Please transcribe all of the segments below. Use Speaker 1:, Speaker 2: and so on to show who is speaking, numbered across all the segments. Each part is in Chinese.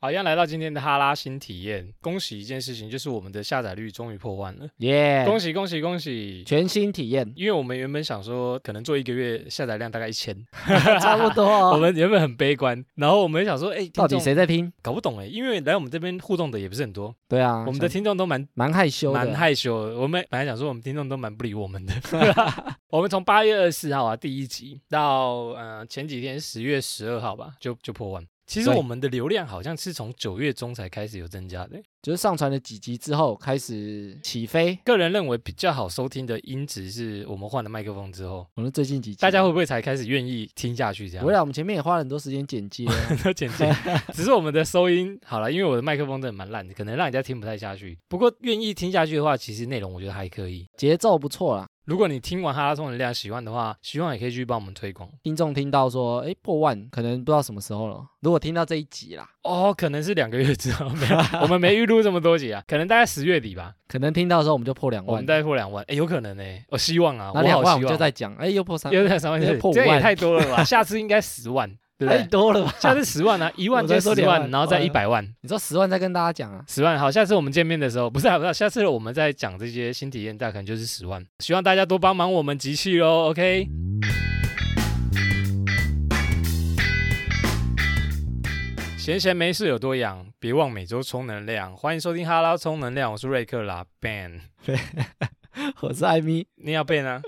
Speaker 1: 好，一样来到今天的哈拉新体验，恭喜一件事情，就是我们的下载率终于破万了，
Speaker 2: 耶、
Speaker 1: 恭喜恭喜恭喜！，
Speaker 2: 全新体验
Speaker 1: 因为我们原本想说，可能做一个月下载量大概一千，
Speaker 2: 差不多哦、
Speaker 1: 我们原本很悲观，然后我们想说，哎，听
Speaker 2: 到底
Speaker 1: 众
Speaker 2: 谁在听？
Speaker 1: 搞不懂哎？因为来我们这边互动的也不是很多，
Speaker 2: 对啊，
Speaker 1: 我们的
Speaker 2: 想
Speaker 1: 听众都蛮
Speaker 2: 蛮害羞的，
Speaker 1: 蛮害羞的。我们本来想说，我们听众都蛮不理我们 的。 我们从八月二十四号啊第一集到呃前几天十月十二号吧，就就破万。其实
Speaker 2: 对
Speaker 1: 我们的流量好像是从九月中才开始有增加的。
Speaker 2: 就是上传了几集之后开始起飞。
Speaker 1: 个人认为比较好收听的音质是我们换了麦克风之后，
Speaker 2: 我们最近几集，
Speaker 1: 大家会不会才开始愿意听下去？这样
Speaker 2: 不会啊啦，我们前面也花了很多时间剪接啊、
Speaker 1: 都剪辑， 只是我们的收音好了，因为我的麦克风真的蛮烂的，可能让人家听不太下去。不过愿意听下去的话，其实内容我觉得还可以。
Speaker 2: 节奏不错啦。
Speaker 1: 如果你听完哈拉充能量喜欢的话，希望也可以去帮我们推广
Speaker 2: 听众听到说，哎，破万，可能不知道什么时候了。如果听到这一集啦，
Speaker 1: 哦。可能是两个月之后， 没有，我们没预录这么多集啊，可能大概十月底吧，
Speaker 2: 可能听到的时候我们就破两
Speaker 1: 我
Speaker 2: 万
Speaker 1: 们，再破两万，哎，有可能呢、我希望啊，
Speaker 2: 那
Speaker 1: 我
Speaker 2: 两
Speaker 1: 好
Speaker 2: 万我
Speaker 1: 希
Speaker 2: 们就
Speaker 1: 望，
Speaker 2: 再讲，哎，又破三，
Speaker 1: 又在三万，
Speaker 2: 又破五
Speaker 1: 这
Speaker 2: 万哎
Speaker 1: 样也太多 了吧？下次应该十万，对不
Speaker 2: 太
Speaker 1: 对？
Speaker 2: 多了吧？
Speaker 1: 下次十万 啊，一万
Speaker 2: 我
Speaker 1: 就
Speaker 2: 才
Speaker 1: 十
Speaker 2: 说两
Speaker 1: 万，
Speaker 2: 万
Speaker 1: 然后再
Speaker 2: 哎
Speaker 1: 一
Speaker 2: 呀
Speaker 1: 百万，
Speaker 2: 你说十万再跟大家 讲啊，
Speaker 1: 十万。好，下次我们见面的时候，不是、啊、不是、啊，下次我们再讲这些新体验，大概可能就是十万。希望大家多帮忙我们集气喽，OK？闲闲没事有多养，别忘每周充能量。欢迎收听哈拉充能量，我是瑞克啦，Ban，
Speaker 2: 我是艾米
Speaker 1: 你要 Ban 啊？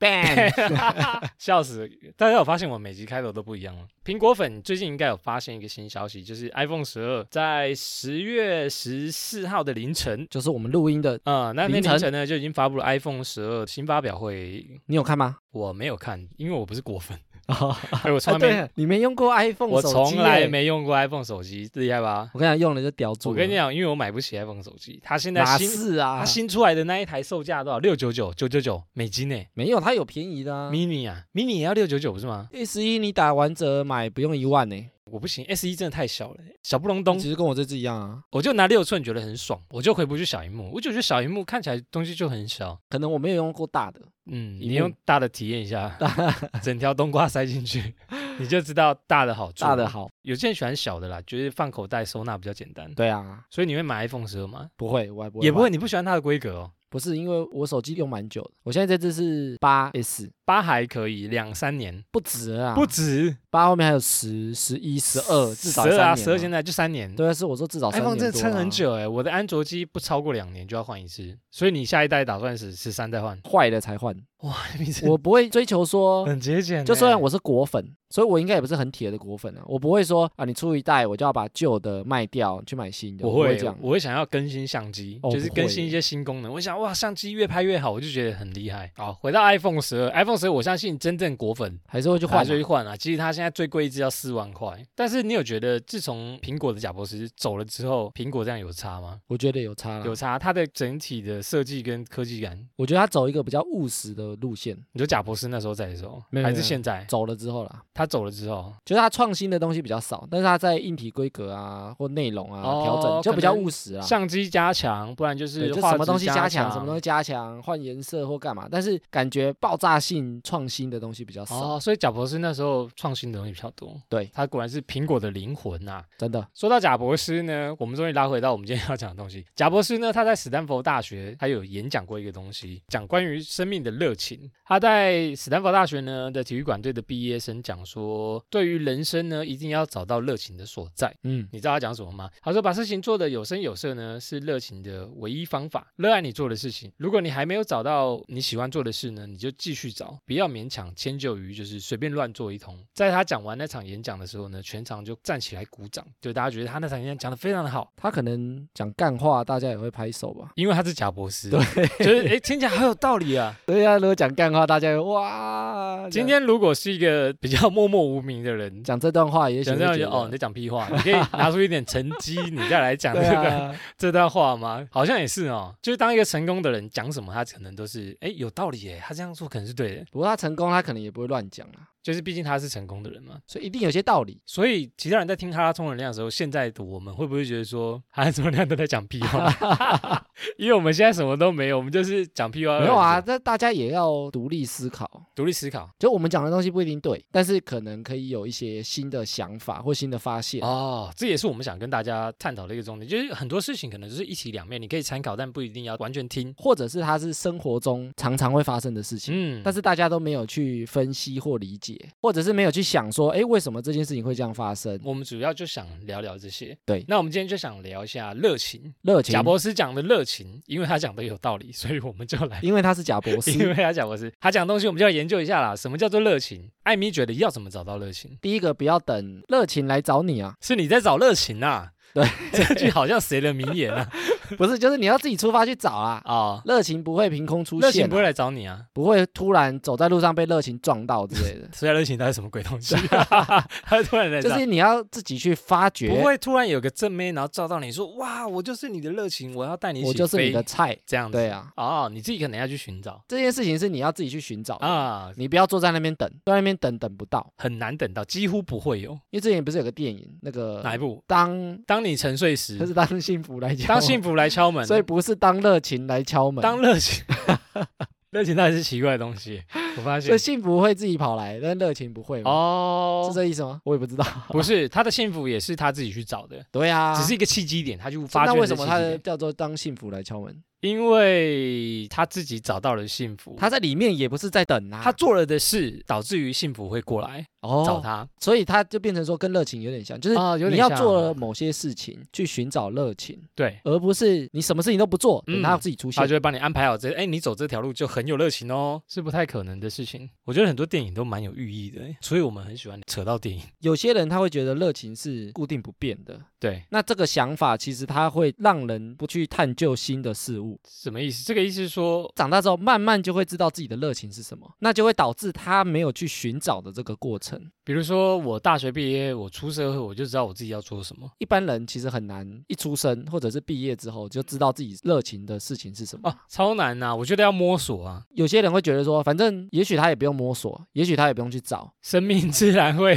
Speaker 2: ，bang，
Speaker 1: 笑死！大家有发现我每集开头都不一样吗？苹果粉最近应该有发现一个新消息，就是 iPhone 十二在十月十四号的凌晨。
Speaker 2: 就是我们录音的，
Speaker 1: 啊、那那
Speaker 2: 凌晨
Speaker 1: 凌晨呢就已经发布了 iPhone 十二新发表会，
Speaker 2: 你有看吗？
Speaker 1: 我没有看，因为我不是果粉，
Speaker 2: 哦，
Speaker 1: 哎我从来没，
Speaker 2: 对，你没用过 iPhone
Speaker 1: 我
Speaker 2: 手机
Speaker 1: 从来
Speaker 2: 耶。
Speaker 1: 没用过 iPhone 手机，厉害吧？
Speaker 2: 我跟你讲，用了就叼住
Speaker 1: 我
Speaker 2: 了。
Speaker 1: 跟你讲，因为我买不起 iPhone 手机，它现在
Speaker 2: 哪
Speaker 1: 新
Speaker 2: 是啊
Speaker 1: 它？新出来的那一台售价多少？六九九九九九美金呢、
Speaker 2: 没有，它有便宜的啊。
Speaker 1: mini 啊，mini 也要六九九不是吗？
Speaker 2: 一十一你打完折买不用一万呢，
Speaker 1: 我不行，S 一真的太小了，小不隆咚。
Speaker 2: 其实跟我这次一样啊。
Speaker 1: 我就拿六寸觉得很爽，我就回不去小荧幕，我就觉得小荧幕看起来东西就很小。
Speaker 2: 可能我没有用过大的，
Speaker 1: 嗯，
Speaker 2: 荧
Speaker 1: 你用
Speaker 2: 幕
Speaker 1: 大的体验一下， 整条冬瓜塞进去，你就知道大的好处。
Speaker 2: 大的，好。
Speaker 1: 有些人喜欢小的啦，觉得放口袋收纳比较简单。
Speaker 2: 对啊，
Speaker 1: 所以你会买 iPhone 十二吗？
Speaker 2: 不会，我还不会玩。
Speaker 1: 也不会，你不喜欢它的规格哦。
Speaker 2: 不是因为我手机用蛮久的，我现在这只是八 S，
Speaker 1: 八还可以，两三年
Speaker 2: 不止了啊，
Speaker 1: 不止，
Speaker 2: 八后面还有十、十一、十二，至少
Speaker 1: 十二啊，十二
Speaker 2: 三年啊
Speaker 1: 现在就三年。
Speaker 2: 对啊，是我说至少三
Speaker 1: iPhone
Speaker 2: 年
Speaker 1: 真的
Speaker 2: 多
Speaker 1: 撑很
Speaker 2: 啊，
Speaker 1: 久哎，我的安卓机不超过两年就要换一次，所以你下一代打算是十三再换？
Speaker 2: 坏了才换。
Speaker 1: 哇，你真的
Speaker 2: 我不会追求说，
Speaker 1: 很节俭欸。
Speaker 2: 就虽然我是果粉，所以我应该也不是很铁的果粉啊，我不会说啊，你出一代我就要把旧的卖掉去买新的，
Speaker 1: 我
Speaker 2: 我不
Speaker 1: 会
Speaker 2: 这样。
Speaker 1: 我会想要更新相机，
Speaker 2: 哦
Speaker 1: 就是
Speaker 2: 不
Speaker 1: 更
Speaker 2: 会
Speaker 1: 新一
Speaker 2: 耶
Speaker 1: 些新功能。我想哇，相机越拍越好，我就觉得很厉害。好，回到 iPhone 十二，iPhone 十二，我相信真正果粉
Speaker 2: 还是会去
Speaker 1: 还
Speaker 2: 换
Speaker 1: 是
Speaker 2: 啊、
Speaker 1: 会换啊。其实它现在最贵一只要四万块，但是你有觉得自从苹果的贾博士走了之后，苹果这样有差吗？
Speaker 2: 我觉得有差
Speaker 1: 有
Speaker 2: 了。
Speaker 1: 差，它的整体的设计跟科技感，
Speaker 2: 我觉得他走一个比较务实的路线，
Speaker 1: 你说贾博士那时候在的时候，
Speaker 2: 没有
Speaker 1: 还
Speaker 2: 没
Speaker 1: 是
Speaker 2: 有
Speaker 1: 现在？
Speaker 2: 走了之后啦，
Speaker 1: 他走了之后，
Speaker 2: 就是他创新的东西比较少，但是他在硬体规格啊或内容啊
Speaker 1: 哦
Speaker 2: 调整就比较务实啊。
Speaker 1: 相机加强，不然就是
Speaker 2: 对，就
Speaker 1: 画
Speaker 2: 什么
Speaker 1: 质
Speaker 2: 东西
Speaker 1: 加
Speaker 2: 加强，什么东西加强，换颜色或干嘛，但是感觉爆炸性创新的东西比较少，
Speaker 1: 哦，所以贾博士那时候创新的东西比较多。
Speaker 2: 对
Speaker 1: 他果然是苹果的灵魂啊呐、
Speaker 2: 真的。
Speaker 1: 说到贾博士呢，我们终于拉回到我们今天要讲的东西。贾博士呢，他在史丹佛大学他有演讲过一个东西，讲关于生命的热情。他在史丹佛大学呢的体育馆队的毕业生讲说，对于人生呢，一定要找到热情的所在。
Speaker 2: 嗯，
Speaker 1: 你知道他讲什么吗？他说把事情做得有声有色呢，是热情的唯一方法。热爱你做的事情，如果你还没有找到你喜欢做的事呢，你就继续找，不要勉强迁就于就是随便乱做一通。在他讲完那场演讲的时候呢，全场就站起来鼓掌，就大家觉得他那场演讲讲得非常的好。
Speaker 2: 他可能讲干话，大家也会拍手吧？
Speaker 1: 因为他是贾博士，对，就是哎，诶听起来好有道理 啊。
Speaker 2: 对呀、如果讲干话，大家也哇，
Speaker 1: 今
Speaker 2: 这样
Speaker 1: 天如果是一个比较默默无名的人，
Speaker 2: 讲这段话也许
Speaker 1: 讲
Speaker 2: 会
Speaker 1: 这样
Speaker 2: 觉
Speaker 1: 就
Speaker 2: 得
Speaker 1: 哦，你在讲屁话，你可以拿出一点成绩，你再来 讲这
Speaker 2: 对
Speaker 1: 个。
Speaker 2: 啊，
Speaker 1: 这段话吗？好像也是哦，就是当一个成功的人讲什么，他可能都是哎有道理耶，他这样做可能是对的。
Speaker 2: 不过他成功，他可能也不会乱讲啊。
Speaker 1: 就是毕竟他是成功的人嘛。
Speaker 2: 所以一定有些道理。
Speaker 1: 所以其他人在听哈拉充能量的时候，现在的我们会不会觉得说哈拉充能量都在讲屁话？ 因为我们现在什么都没有，我们就是讲屁话。
Speaker 2: 没有啊，，那大家也要独立思考。
Speaker 1: 独立思考。
Speaker 2: 就我们讲的东西不一定对，但是可能可以有一些新的想法或新的发现。
Speaker 1: 哦，这也是我们想跟大家探讨的一个重点，就是很多事情可能就是一体两面，你可以参考，但不一定要完全听。
Speaker 2: 或者是它是生活中常常会发生的事情，
Speaker 1: 嗯，
Speaker 2: 但
Speaker 1: 是
Speaker 2: 是大家都没有去分析或理解，或者是没有去想说，哎，为什么这件事情会这样发生？
Speaker 1: 我们主要就想聊聊这些。
Speaker 2: 对
Speaker 1: 那我们今天就想聊一下热情。
Speaker 2: 热情
Speaker 1: 贾，博士讲的热情，因为他讲的有道理， 所以我们就 来。
Speaker 2: 因为他是贾博
Speaker 1: 因为
Speaker 2: 士。
Speaker 1: 他讲博士，他讲的东西，我们就要研究一下啦。什么叫做热情？艾米觉得要怎么找到热情？
Speaker 2: 第一个，不要等热情来找你啊，
Speaker 1: 是你在找热情啊？
Speaker 2: 对，
Speaker 1: 这句好像谁的名言 啊？
Speaker 2: 不是，就是你要自己出发去找啊。
Speaker 1: 哦，
Speaker 2: 热情不会凭空出
Speaker 1: 热
Speaker 2: 现
Speaker 1: 情
Speaker 2: 啊，
Speaker 1: 不会来找你啊？，
Speaker 2: 不会突然走在路上被热情撞到之类 的
Speaker 1: 谁在热情？它是什么鬼东西？啊 他突然来找
Speaker 2: 啊就
Speaker 1: 你
Speaker 2: 是你要自己去发掘。
Speaker 1: 啊不会突然有个正妹，然后照到你说：“哇，我就是你的热情，我要带你一起
Speaker 2: 我
Speaker 1: 飞。”
Speaker 2: 就是你的菜。
Speaker 1: 这样子。
Speaker 2: 对啊，
Speaker 1: 哦，你自己可能要去寻找
Speaker 2: 这件事情是你要自己去寻找啊，
Speaker 1: 啊，
Speaker 2: 你不要坐在那边等，坐在那边等等不到。
Speaker 1: 很难等到，几乎不会有
Speaker 2: 因为之前不是有个电影，那个
Speaker 1: 哪一部。
Speaker 2: 当
Speaker 1: 当你沉睡
Speaker 2: 呃可
Speaker 1: 时，
Speaker 2: 是当幸福来敲，
Speaker 1: 当幸
Speaker 2: 福，
Speaker 1: 福来敲门，
Speaker 2: 所以不是当热情来敲门，
Speaker 1: 当热 情，热情那也是奇怪的东西。我发
Speaker 2: 所
Speaker 1: 现
Speaker 2: 以幸福会自己跑来，但热情不会嘛。
Speaker 1: 哦
Speaker 2: 是，这意思吗？我也不知道。
Speaker 1: 不是他的幸福也是他自己去找的，
Speaker 2: 对啊，
Speaker 1: 只是一个契机点，他就发
Speaker 2: 那
Speaker 1: 现
Speaker 2: 为什么他
Speaker 1: 他
Speaker 2: 的叫做当幸福来敲门？
Speaker 1: 因为他自己找到了幸福，
Speaker 2: 他在里面也不是在等啊，
Speaker 1: 他做了的事导致于幸福会过来
Speaker 2: 哦
Speaker 1: 找他。
Speaker 2: 所以他就变成说跟热情有点像，就是
Speaker 1: 啊有点
Speaker 2: 你要
Speaker 1: 像
Speaker 2: 做了某些事情去寻找热情，
Speaker 1: 对，
Speaker 2: 而不是你什么事情都不做，
Speaker 1: 嗯
Speaker 2: 等他自己出现
Speaker 1: 他。就会帮你安排好这，哎，你走这条路就很有热情哦，是不太可能的事情。我觉得很多电影都蛮有寓意的，所以我们很喜欢扯到电影。
Speaker 2: 有些人他会觉得热情是固定不变的，
Speaker 1: 对，
Speaker 2: 那这个想法其实它会让人不去探究新的事物。
Speaker 1: 什么意思？这个意思是说，
Speaker 2: 长大之后，慢慢就会知道自己的热情是什么，那就会导致他没有去寻找的这个过程。
Speaker 1: 比如说我大学毕业，我出社会，我就知道我自己要做什么。
Speaker 2: 一般人其实很难一出生或者是毕业之后就知道自己热情的事情是什么。
Speaker 1: 哦，超难呐、我觉得要摸索啊，
Speaker 2: 有些人会觉得说，反正也许他也不用摸索，也许他也不用去找，
Speaker 1: 生命自然会，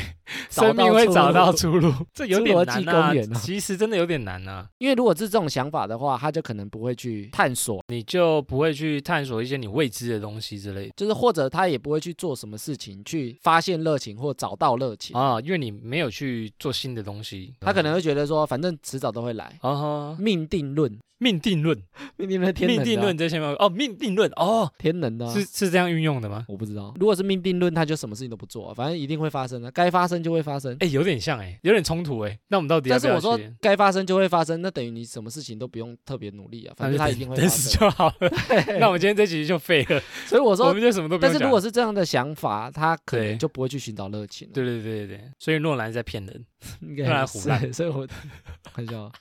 Speaker 2: 找到
Speaker 1: 生命会
Speaker 2: 出
Speaker 1: 找
Speaker 2: 路
Speaker 1: 到出 路。这有点
Speaker 2: 侏罗纪
Speaker 1: 难
Speaker 2: 公
Speaker 1: 啊，
Speaker 2: 园哦
Speaker 1: 其实真的有点难啊。
Speaker 2: 因为如果是这种想法的话，他就可能不会去探索，
Speaker 1: 你就不会去探索一些你未知的东西之类的
Speaker 2: 就是或者他也不会去做什么事情去发现热情或找到热情。
Speaker 1: 啊，因为你没有去做新的东西。
Speaker 2: 他可能会觉得说，反正迟早都会来，
Speaker 1: 啊哈，
Speaker 2: 命定论，
Speaker 1: 命定论，
Speaker 2: 命定论天能
Speaker 1: 命
Speaker 2: 的啊
Speaker 1: 定论这些吗？哦，命定论哦，
Speaker 2: 天能的啊、
Speaker 1: 是是这样运用的吗？
Speaker 2: 我不知道。如果是命定论，他就什么事情都不做啊、反正一定会发生的、该发生就会发生。
Speaker 1: 哎，有点像哎，有点冲突哎。那我们到底要
Speaker 2: 但
Speaker 1: 不
Speaker 2: 是
Speaker 1: 要
Speaker 2: 我说
Speaker 1: 去
Speaker 2: 该发生就会发生，那等于你什么事情都不用特别努力啊，反
Speaker 1: 那就
Speaker 2: 正它
Speaker 1: 等
Speaker 2: 一定会发
Speaker 1: 等死
Speaker 2: 生。
Speaker 1: 就好了。那我们今天这集就废了，
Speaker 2: 所以我
Speaker 1: 我
Speaker 2: 说，
Speaker 1: 们就什么都不
Speaker 2: 但
Speaker 1: 用
Speaker 2: 是
Speaker 1: 讲。
Speaker 2: 如果是这样的想法，他可
Speaker 1: 对
Speaker 2: 能就不会去寻找热情了。
Speaker 1: 对对对对对，所以诺兰在骗人，
Speaker 2: 应
Speaker 1: 不然
Speaker 2: 该
Speaker 1: 胡
Speaker 2: 是
Speaker 1: 乱，
Speaker 2: 所以我看一下啊。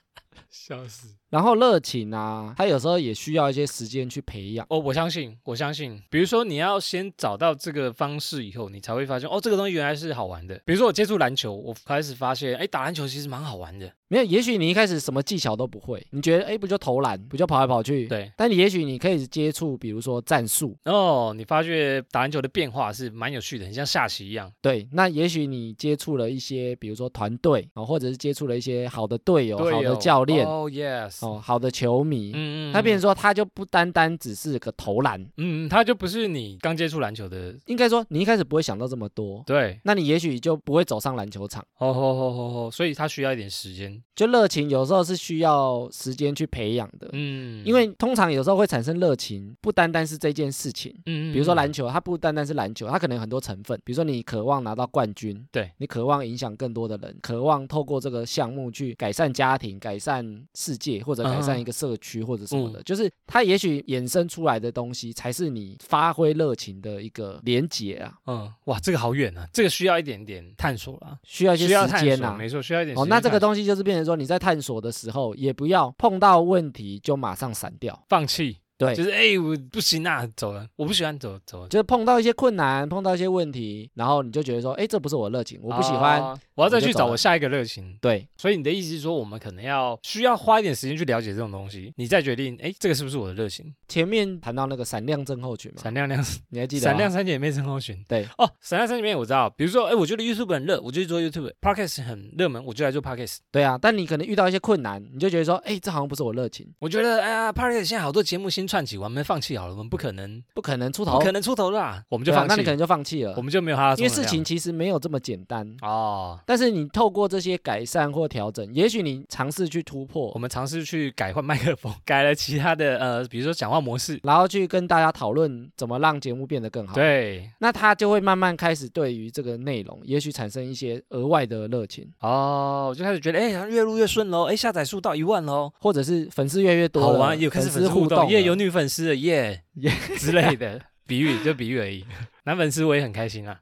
Speaker 1: 笑死！
Speaker 2: 然后热情啊，他有时候也需要一些时间去培养。
Speaker 1: 哦，我相信，我相信。比如说，你要先找到这个方式以后，你才会发现，哦，这个东西原来是好玩的。比如说，我接触篮球，我开始发现，哎，打篮球其实蛮好玩的。
Speaker 2: 没有，也许你一开始什么技巧都不会，你觉得哎，不就投篮，不就跑来跑去？。
Speaker 1: 对，
Speaker 2: 但也许你可以接触，比如说战术，
Speaker 1: 哦，你发觉打篮球的变化是蛮有趣的，很像下棋一样。
Speaker 2: 对，那也许你接触了一些，比如说团队啊、哦，或者是接触了一些好的队友、
Speaker 1: 对
Speaker 2: 好的
Speaker 1: 哦
Speaker 2: 教练哦
Speaker 1: 哦，yes，
Speaker 2: 好的球迷，
Speaker 1: 嗯
Speaker 2: 那变成说他就不单单只是个投篮，
Speaker 1: 嗯，他就不是你刚接触篮球的，
Speaker 2: 应该说你一开始不会想到这么多，
Speaker 1: 对，
Speaker 2: 那你也许就不会走上篮球场。
Speaker 1: 吼吼吼吼吼，所以他需要一点时间，
Speaker 2: 就热情有时候是需要时间去培养的，
Speaker 1: 嗯，
Speaker 2: 因为通常有时候会产生热情，不单单是这件事情。
Speaker 1: 嗯，嗯
Speaker 2: 比如说篮，球，它不单单是篮球，它可能有很多成分。比如说你渴望拿到冠军，
Speaker 1: 对
Speaker 2: 你渴望影响更多的人，渴望透过这个项目去改善家庭、改善世界，或者改
Speaker 1: 嗯
Speaker 2: 善一个社区或者什么的。就是它也许衍生出来的东西，才是你发挥热情的一个连结啊，
Speaker 1: 嗯，哇，这个好远啊，这个需要一点点探索啦，
Speaker 2: 需要一些
Speaker 1: 需要
Speaker 2: 时
Speaker 1: 探
Speaker 2: 间
Speaker 1: 索，
Speaker 2: 啊。
Speaker 1: 没错，需要一点时
Speaker 2: 哦，
Speaker 1: 间
Speaker 2: 那
Speaker 1: 探
Speaker 2: 这
Speaker 1: 索。
Speaker 2: 个东西就是变成说，你在探索的时候，也不要碰到问题就马上闪掉。
Speaker 1: 放弃，
Speaker 2: 对
Speaker 1: 就是哎、我不行啊，走了，我不喜欢走走了。
Speaker 2: 就是碰到一些困难，碰到一些问题，然后你就觉得说，哎，这不是我热情，我不喜欢。
Speaker 1: 哦我要再
Speaker 2: 你就
Speaker 1: 去
Speaker 2: 走
Speaker 1: 找
Speaker 2: 了
Speaker 1: 我下一个热情。
Speaker 2: 对
Speaker 1: 所以你的意思是说，我们可能要需要花一点时间去了解这种东西，你再决定，哎，这个是不是我的热情？
Speaker 2: 前面谈到那个闪亮症候群嘛，
Speaker 1: 闪亮亮，
Speaker 2: 你还记得吗？啊
Speaker 1: 闪亮三姐妹真候群。
Speaker 2: 对
Speaker 1: 哦，闪亮三姐妹我知道，比如说，哎，我觉得 YouTube 很热，我就去做 YouTube；Podcast 很热门，我就来做 Podcast。
Speaker 2: 对啊，但你可能遇到一些困难，你就觉得说，哎，这好像不是我热情，
Speaker 1: 我觉得，哎呀，Podcast 现在好多节目新串起，我们放弃好了，我们不可能，
Speaker 2: 不可能出头，
Speaker 1: 不可能出头啦，我们就
Speaker 2: 对啊
Speaker 1: 放
Speaker 2: 那你可
Speaker 1: 弃，
Speaker 2: 能就放弃了
Speaker 1: 我，们就没有他的
Speaker 2: 因为
Speaker 1: 重
Speaker 2: 事
Speaker 1: 量
Speaker 2: 情其实没有这么简单。
Speaker 1: 哦。
Speaker 2: 但是你透过这些改善或调整，也许你尝试去突
Speaker 1: 我
Speaker 2: 破，
Speaker 1: 们尝试去改换麦克风，改了其他的呃，比如说讲话模式，
Speaker 2: 然后去跟大家讨论怎么让节目变得更好。，
Speaker 1: 对，
Speaker 2: 那他就会慢慢开始对于这个内容，也许产生一些额外的热情，
Speaker 1: 哦，我就开始觉得，哎，好像越录越顺喽，哎，下载数到一万喽，
Speaker 2: 或者是粉丝越来越多
Speaker 1: 好
Speaker 2: 了，
Speaker 1: 玩，有开始
Speaker 2: 丝
Speaker 1: 丝
Speaker 2: 互
Speaker 1: 互动，耶，
Speaker 2: 了
Speaker 1: 有女粉丝了，耶
Speaker 2: 耶
Speaker 1: 之 类的，比喻就比喻而 已。男粉丝我也很开心啊，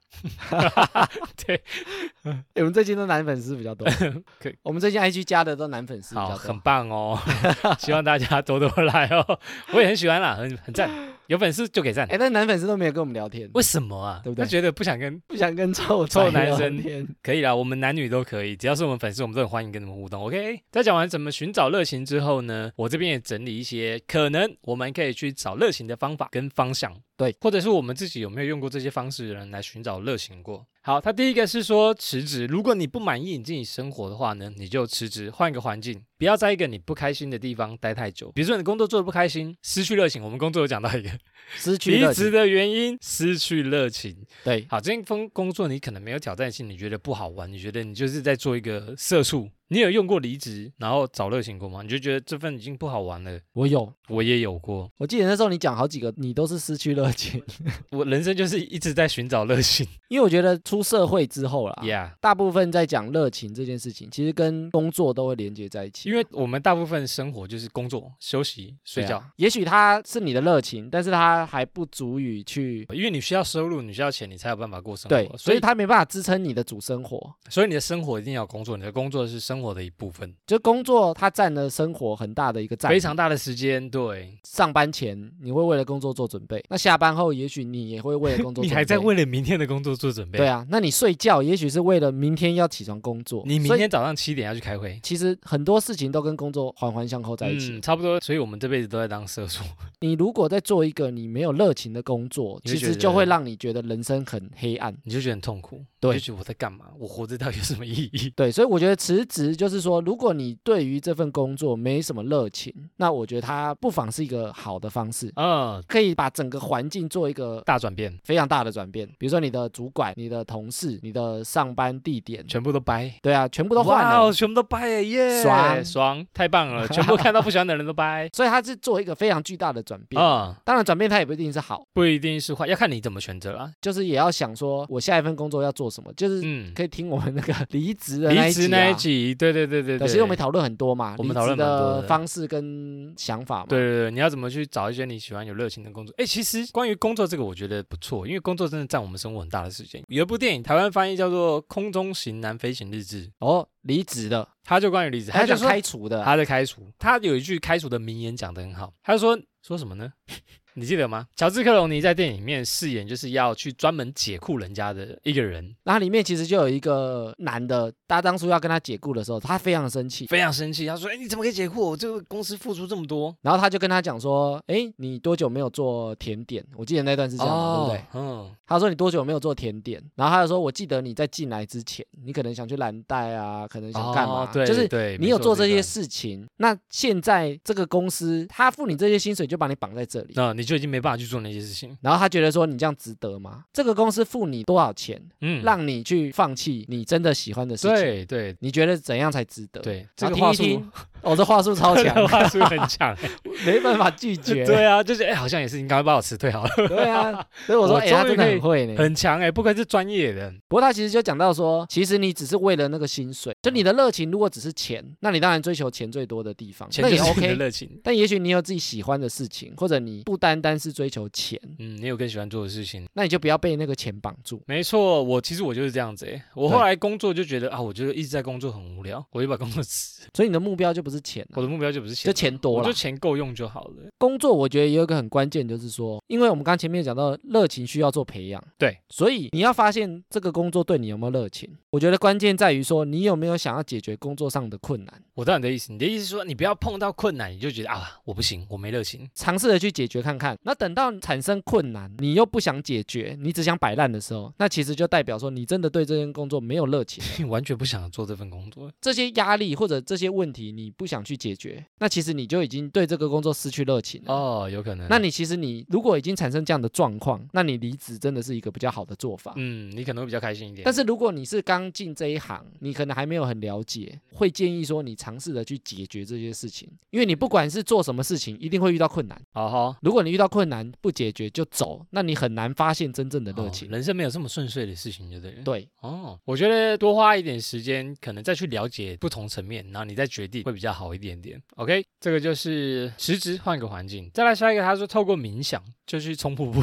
Speaker 2: 欸我们最近都男粉丝比较多
Speaker 1: 可以，
Speaker 2: 我们最近 IG 加的都男粉丝比
Speaker 1: 好，
Speaker 2: 较
Speaker 1: 很
Speaker 2: 多。
Speaker 1: 棒哦， 希望大家多多来哦，我也很喜欢啦，很很赞，有粉丝就给赞
Speaker 2: 哎、。但男粉丝都没有跟我们聊天，
Speaker 1: 为什么啊？
Speaker 2: 对不对
Speaker 1: 他觉得不想跟，
Speaker 2: 不想跟臭
Speaker 1: 臭
Speaker 2: 宅
Speaker 1: 男
Speaker 2: 聊
Speaker 1: 生
Speaker 2: 天。
Speaker 1: 可以啦，我们男女都可以，只要是我们粉丝，我们都很欢迎跟你们互动。OK，在讲完怎么寻找热情之后呢，我这边也整理一些可能我们可以去找热情的方法跟方向，
Speaker 2: 对，
Speaker 1: 或者是我们自己有没有用过这些方式的人来寻找热情过。好，他第一个是说辞职，如果你不满意你自己生活的话呢，你就辞职，换一个环境，不要在一个你不开心的地方待太久。比如说你工作做的不开心，失去热情。我们工作有讲到一个
Speaker 2: 失去
Speaker 1: 离
Speaker 2: 热
Speaker 1: 职
Speaker 2: 情，
Speaker 1: 的原因，失去热情。
Speaker 2: 对
Speaker 1: 好，这份工作你可能没有挑战性，你觉得不好玩，你觉得你就是在做一个社畜。你有用过离职然后找热情过吗？你就觉得这份已经不好玩了。
Speaker 2: 我有，
Speaker 1: 我也有过，
Speaker 2: 我记得那时候你讲好几个，你都是失去热情，
Speaker 1: 我人生就是一直在寻找热情。
Speaker 2: 因为我觉得出社会之后啦
Speaker 1: Yeah，
Speaker 2: 大部分在讲热情这件事情，其实跟工作都会连接在一起。
Speaker 1: 因为我们大部分生活就是工作、休息、睡
Speaker 2: 对
Speaker 1: 觉。
Speaker 2: 啊，也许它是你的热情，但是它还不足以去。
Speaker 1: 因为你需要收入，你需要钱，你才有办法过生活。
Speaker 2: 啊对，所
Speaker 1: 所
Speaker 2: 以
Speaker 1: 以
Speaker 2: 它没办法支撑你的主生活。
Speaker 1: 所以你的生活一定要有工作，你的工作是生活的一部分，
Speaker 2: 就工作，它占了生活很大的一个占比。
Speaker 1: 非常大的时间。对，
Speaker 2: 上班前你会为了工作做准备，那下班后也许你也会为了工 作。
Speaker 1: 你还在？为了明天的工作做准备。
Speaker 2: 对，啊，那你睡觉也许是为了明天要起床工作。
Speaker 1: 你明
Speaker 2: 所以
Speaker 1: 天早上七点要去开会。
Speaker 2: 其实很多事情都跟工作环环相扣在一起。
Speaker 1: 嗯，差不多。所以我们这辈子都在当社畜。
Speaker 2: 你如果在做一个你没有热情的工作，
Speaker 1: 你会
Speaker 2: 其
Speaker 1: 觉得
Speaker 2: 实就会让你觉得人生很黑暗。
Speaker 1: 你就觉得很痛苦，
Speaker 2: 对
Speaker 1: 你就觉得我在干嘛？我活着到底有什么意义？
Speaker 2: 对，所以我觉得辞职就是说，如果你对于这份工作没什么热情，那我觉得它不妨是一个好的方式，
Speaker 1: 嗯，
Speaker 2: 可以把整个环境做一个
Speaker 1: 大转变，
Speaker 2: 非常啊大的转变。比如说你的主管、你的同事、你的上班地点，
Speaker 1: 全部都掰，
Speaker 2: 对啊，全部都换
Speaker 1: 哇哦
Speaker 2: 了。
Speaker 1: 全部都掰耶耶，
Speaker 2: 爽，
Speaker 1: 爽，太棒了！全部看到不喜欢的人都掰
Speaker 2: 所以它是做一个非常巨大的转变。
Speaker 1: 嗯，
Speaker 2: 当然，转变它也不一定是好，
Speaker 1: 不一定是坏，要看你怎么选择啦。
Speaker 2: 就是也要想说，我下一份工作要做什么，就是
Speaker 1: 嗯，
Speaker 2: 可以听我们那个 离职的那
Speaker 1: 离
Speaker 2: 一集、啊。
Speaker 1: 职那一集，对对对对
Speaker 2: 对，
Speaker 1: 对，
Speaker 2: 其实我们讨论很多嘛，
Speaker 1: 我们
Speaker 2: 离
Speaker 1: 讨论
Speaker 2: 职
Speaker 1: 蛮多的
Speaker 2: 的方式跟想法嘛。
Speaker 1: 对对对，你要怎么去找一些你喜欢、有热情的工作？哎，其实关于工作这个，我觉得不错，因为工作真的占我们生活很大的时间。有一部电影，台湾翻译叫做《空中型男飞行日志》，
Speaker 2: 哦，离职的，
Speaker 1: 它就关于离职，
Speaker 2: 还
Speaker 1: 它就
Speaker 2: 想
Speaker 1: 说
Speaker 2: 开除的，
Speaker 1: 他的开除，他有一句开除的名言讲得很好，他就说说什么呢？ 你记得吗？乔治克隆尼在电影里面饰演就是要去专门解雇人家的一个人，
Speaker 2: 然后里面其实就有一个男的，他当初要跟他解雇的时候，他非常生气，
Speaker 1: 非常生气，他说：“哎，你怎么可以解雇我？这个公司付出这么多。
Speaker 2: 然后他就跟他讲说，哎，你多久没有做甜点？我记得那段是”这样嘛，对不对？
Speaker 1: 嗯，
Speaker 2: 他说你多久没有做甜点？然后他就说，我记得你在进来之前，你可能想去蓝带啊，可能想干嘛，
Speaker 1: 哦对，
Speaker 2: 就是
Speaker 1: 对，
Speaker 2: 你
Speaker 1: 没
Speaker 2: 有
Speaker 1: 错
Speaker 2: 做这些
Speaker 1: 段
Speaker 2: 事情，那现在这个公司他付你这些薪水，就把你绑在这里。
Speaker 1: 那、哦你就已经没办法去做那些事情。
Speaker 2: 然后他觉得说你这样值得吗？这个公司付你多少钱，
Speaker 1: 嗯，
Speaker 2: 让你去放弃你真的喜欢的事情？
Speaker 1: 对对
Speaker 2: 你觉得怎样才值得？，
Speaker 1: 对，这
Speaker 2: 然
Speaker 1: 个
Speaker 2: 后
Speaker 1: 话
Speaker 2: 听一
Speaker 1: 术
Speaker 2: 听，哦，这话术 超
Speaker 1: 这
Speaker 2: 强，
Speaker 1: 个话术很强，
Speaker 2: 没办法拒绝。
Speaker 1: 对啊，就是哎，好像也是，你赶快把我辞退好了，
Speaker 2: 对啊，所以我说，
Speaker 1: 我
Speaker 2: 哎，他
Speaker 1: 终于
Speaker 2: 真的
Speaker 1: 可以
Speaker 2: 很会呢。
Speaker 1: 很强哎，不愧是专业的，
Speaker 2: 不过他其实就讲到说，其实你只是为了那个薪水，就你的热情如果只是钱，那你当然追求钱最多的地方，
Speaker 1: 钱
Speaker 2: 那
Speaker 1: 就
Speaker 2: 也
Speaker 1: 是你的
Speaker 2: OK。
Speaker 1: 热情，
Speaker 2: 但也许你有自己喜欢的事情，或者你不单单是追求钱，
Speaker 1: 嗯，你有更喜欢做的事情。
Speaker 2: 那你就不要被那个钱绑住。
Speaker 1: 没错，我其实我就是这样子诶、我后
Speaker 2: 对
Speaker 1: 来工作就觉得啊，我觉得一直在工作很无聊，我就把工作辞。
Speaker 2: 所以你的目标就不不是钱、啊
Speaker 1: 我，的目标就不是钱
Speaker 2: 嗯就
Speaker 1: 啊，
Speaker 2: 钱多
Speaker 1: 我
Speaker 2: 了
Speaker 1: 就。钱够用就好了。
Speaker 2: 工作我觉得也有一个很关键，就是说，因为我们刚前面讲到热情需要做培养，
Speaker 1: 对，
Speaker 2: 所以你要发现这个工作对你有没有热情。我觉得关键在于说，你有没有想要解决工作上的困难，
Speaker 1: 我知道你的意思，你的意思是说你不要碰到困难，你就觉得啊我不行，我没热情。
Speaker 2: 尝试的去解决看看。那等到产生困难，你又不想解决，你只想摆烂的时候，那其实就代表说你真的对这份工作没有热 情。
Speaker 1: 你完全不想做这份工作，
Speaker 2: 这些压力或者这些问题你不想去解决，那其实你就已经对这个工作失去热情了。
Speaker 1: 哦，有可能。
Speaker 2: 嗯那你其实你如果已经产生这样的状况，那你离职真的是一个比较好的做法。
Speaker 1: 嗯，你可能会比较开心一点。
Speaker 2: 但是如果你是刚进这一行，你可能还没有很了解，会建议说你尝试着去解决这些事情，因为你不管是做什么事情，一定会遇到困难。
Speaker 1: 哦吼，
Speaker 2: 如果你遇到困难不解决就走，那你很难发现真正的热
Speaker 1: 哦
Speaker 2: 情。
Speaker 1: 人生没有这么顺遂的事情，就对了。
Speaker 2: 对，
Speaker 1: 哦，我觉得多花一点时间，可能再去了解不同层面，然后你再决定会比较好一点点。OK，这个就是辞职换一个环境。再来下一个，他说透过冥想就去冲瀑布，